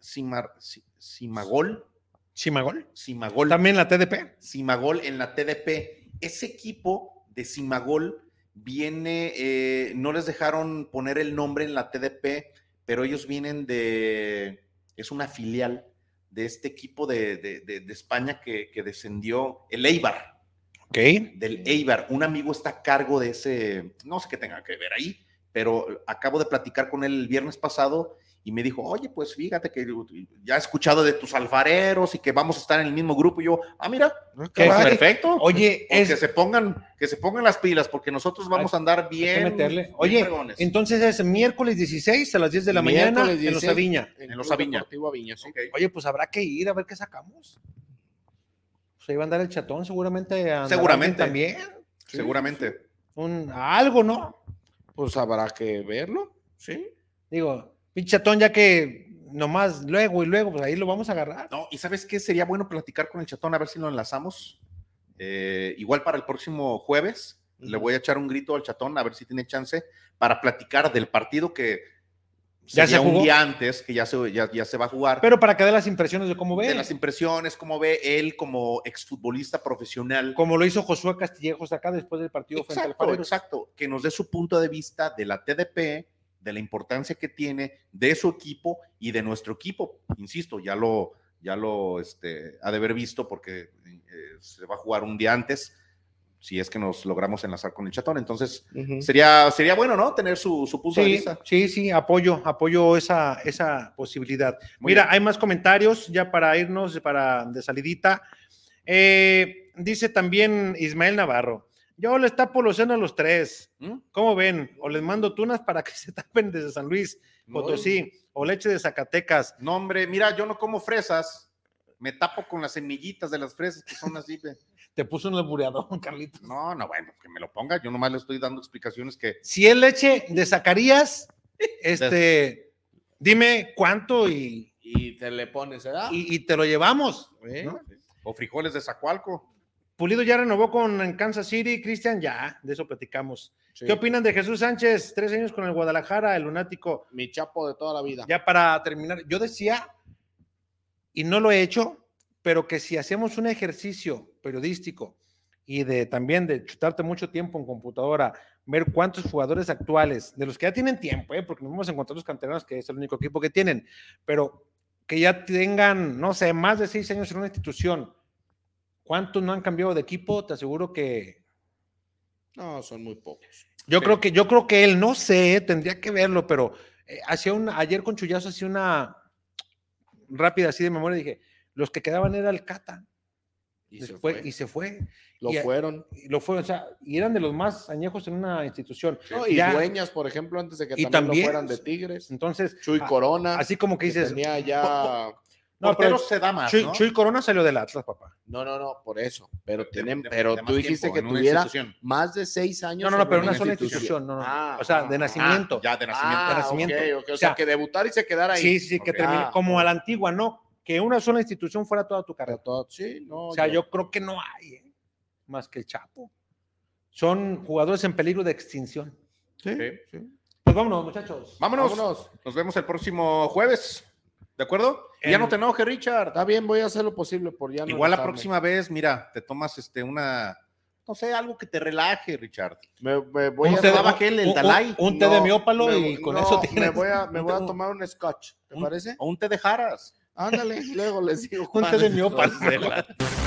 Simar- Si- Simagol. ¿Chimagol? Simagol. ¿También la TDP? Simagol en la TDP. Ese equipo de Simagol viene, eh, no les dejaron poner el nombre en la TDP, pero ellos vienen de, es una filial de este equipo de, de- de- de España que, que descendió, el Eibar, Ok. del Eibar. Un amigo está a cargo de ese, no sé qué tenga que ver ahí, pero acabo de platicar con él el viernes pasado y me dijo, oye, pues fíjate que ya he escuchado de tus alfareros y que vamos a estar en el mismo grupo. Y yo, ah, mira, Qué Ah, padre. perfecto. Oye, O es, que se pongan, que se pongan las pilas, porque nosotros vamos a andar bien. hay que meterle. bien Oye, fregones. entonces es miércoles 16 a las 10 de la Miércoles mañana en Los 16. Aviña. El En los Club Aviña. Deportivo Aviña, sí. Ok. Oye, pues habrá que ir a ver qué sacamos. Pues ahí va a andar el chatón, seguramente. andará Seguramente. alguien También. Sí, Seguramente. Un, algo, ¿no? Pues habrá que verlo, sí. Digo, pinche chatón, ya que nomás luego y luego, pues ahí lo vamos a agarrar. No, y sabes qué sería bueno platicar con el chatón, a ver si lo enlazamos. Eh, igual para el próximo jueves, le voy a echar un grito al chatón, a ver si tiene chance, para platicar del partido que Ya sería se jugó. un día antes, que ya se, ya, ya se va a jugar. Pero para que dé las impresiones de cómo de ve. las impresiones, cómo ve él como exfutbolista profesional. Como lo hizo Josué Castillejos acá después del partido frente al Exacto, Pareros. exacto. Que nos dé su punto de vista de la TDP, de la importancia que tiene, de su equipo y de nuestro equipo. Insisto, ya lo, ya lo este, ha de haber visto porque eh, se va a jugar un día antes, si es que nos logramos enlazar con el chatón. Entonces, sería, sería bueno, ¿no? Tener su, su punto de Sí, vista. sí, sí, apoyo, apoyo esa, esa posibilidad. Muy Mira, bien. hay más comentarios ya para irnos para de salidita. Eh, dice también Ismael Navarro. Yo les tapo los senos a los tres. ¿Mm? ¿Cómo ven? O les mando tunas para que se tapen desde San Luis, Potosí, o leche de Zacatecas. ¿Mm? No, hombre, mira, yo no como fresas. Me tapo con las semillitas de las fresas que son así. ve. Te puso un labureador, Carlitos. No, no, bueno, que me lo ponga. Yo nomás le estoy dando explicaciones que Si es leche de Zacarías, este, dime cuánto y, Y te le pones, ¿verdad? y- y te lo llevamos. ¿no? o frijoles de Zacualco. Pulido ya renovó con en Kansas City, Cristian ya, de eso platicamos. Sí. ¿Qué opinan de Jesús Sánchez? Tres años con el Guadalajara, el lunático. Mi chapo de toda la vida. Ya para terminar, yo decía, y no lo he hecho, pero que si hacemos un ejercicio periodístico y de también de chutarte mucho tiempo en computadora, ver cuántos jugadores actuales, de los que ya tienen tiempo, ¿eh? porque nos vamos a encontrar los canteranos, que es el único equipo que tienen, pero que ya tengan, no sé, más de seis años en una institución, ¿cuántos no han cambiado de equipo? Te aseguro que No, son muy pocos. yo creo que, yo creo que él, no sé, tendría que verlo, pero eh, hacía una, ayer con Chuyazo hacía una rápida así de memoria, dije, los que quedaban era el Cata, Y se después- fue. y se fue, Lo y- fueron. y lo fue, o sea, y eran de los más añejos en una institución. No, y Ya, dueñas, por ejemplo, antes de que Y también, también- lo fueran de Tigres. entonces, Chuy Ah. a- Corona. así como que que dices, tenía ya. no, pero se da más, Chuy, ¿no? Chuy Corona salió del Atlas, papá. No, no, no, por eso. Pero, De- tienen, de- pero de más tú dijiste tiempo, que en una tuviera institución. más de seis años. No, no, no, en pero una sola institución. institución, no, no, Ah, o sea, de ah, nacimiento. Ah, ya, de nacimiento. Ah, nacimiento. ok, ok, O, O sea, sea, que debutar y se quedar ahí. sí, sí, que Ok. termine, Ah. como a la antigua, ¿no? Que una sola institución fuera toda tu carrera. Para todo- sí, no. O sea, yo creo que no hay ¿eh? más que el Chapo. Son jugadores en peligro de extinción. Sí, Ok. sí. Pues vámonos, muchachos. Vámonos. Vámonos. Nos vemos el próximo jueves. ¿De acuerdo? Y ya En- no te enojes, Richard. Está bien, voy a hacer lo posible por ya no. Igual la enojarme. próxima vez, mira, te tomas este una, no sé, algo que te relaje, Richard. Me, me voy Un a té de- tomar- daba aquel, el un- Dalai. Un, un té de No, miópalo me- y con no, eso Me tienes. voy a, me un voy a té- tomar un scotch, ¿te Un- parece? O un te dejaras. Ándale, luego les digo. Un té de cuándo. miópalo. Entonces,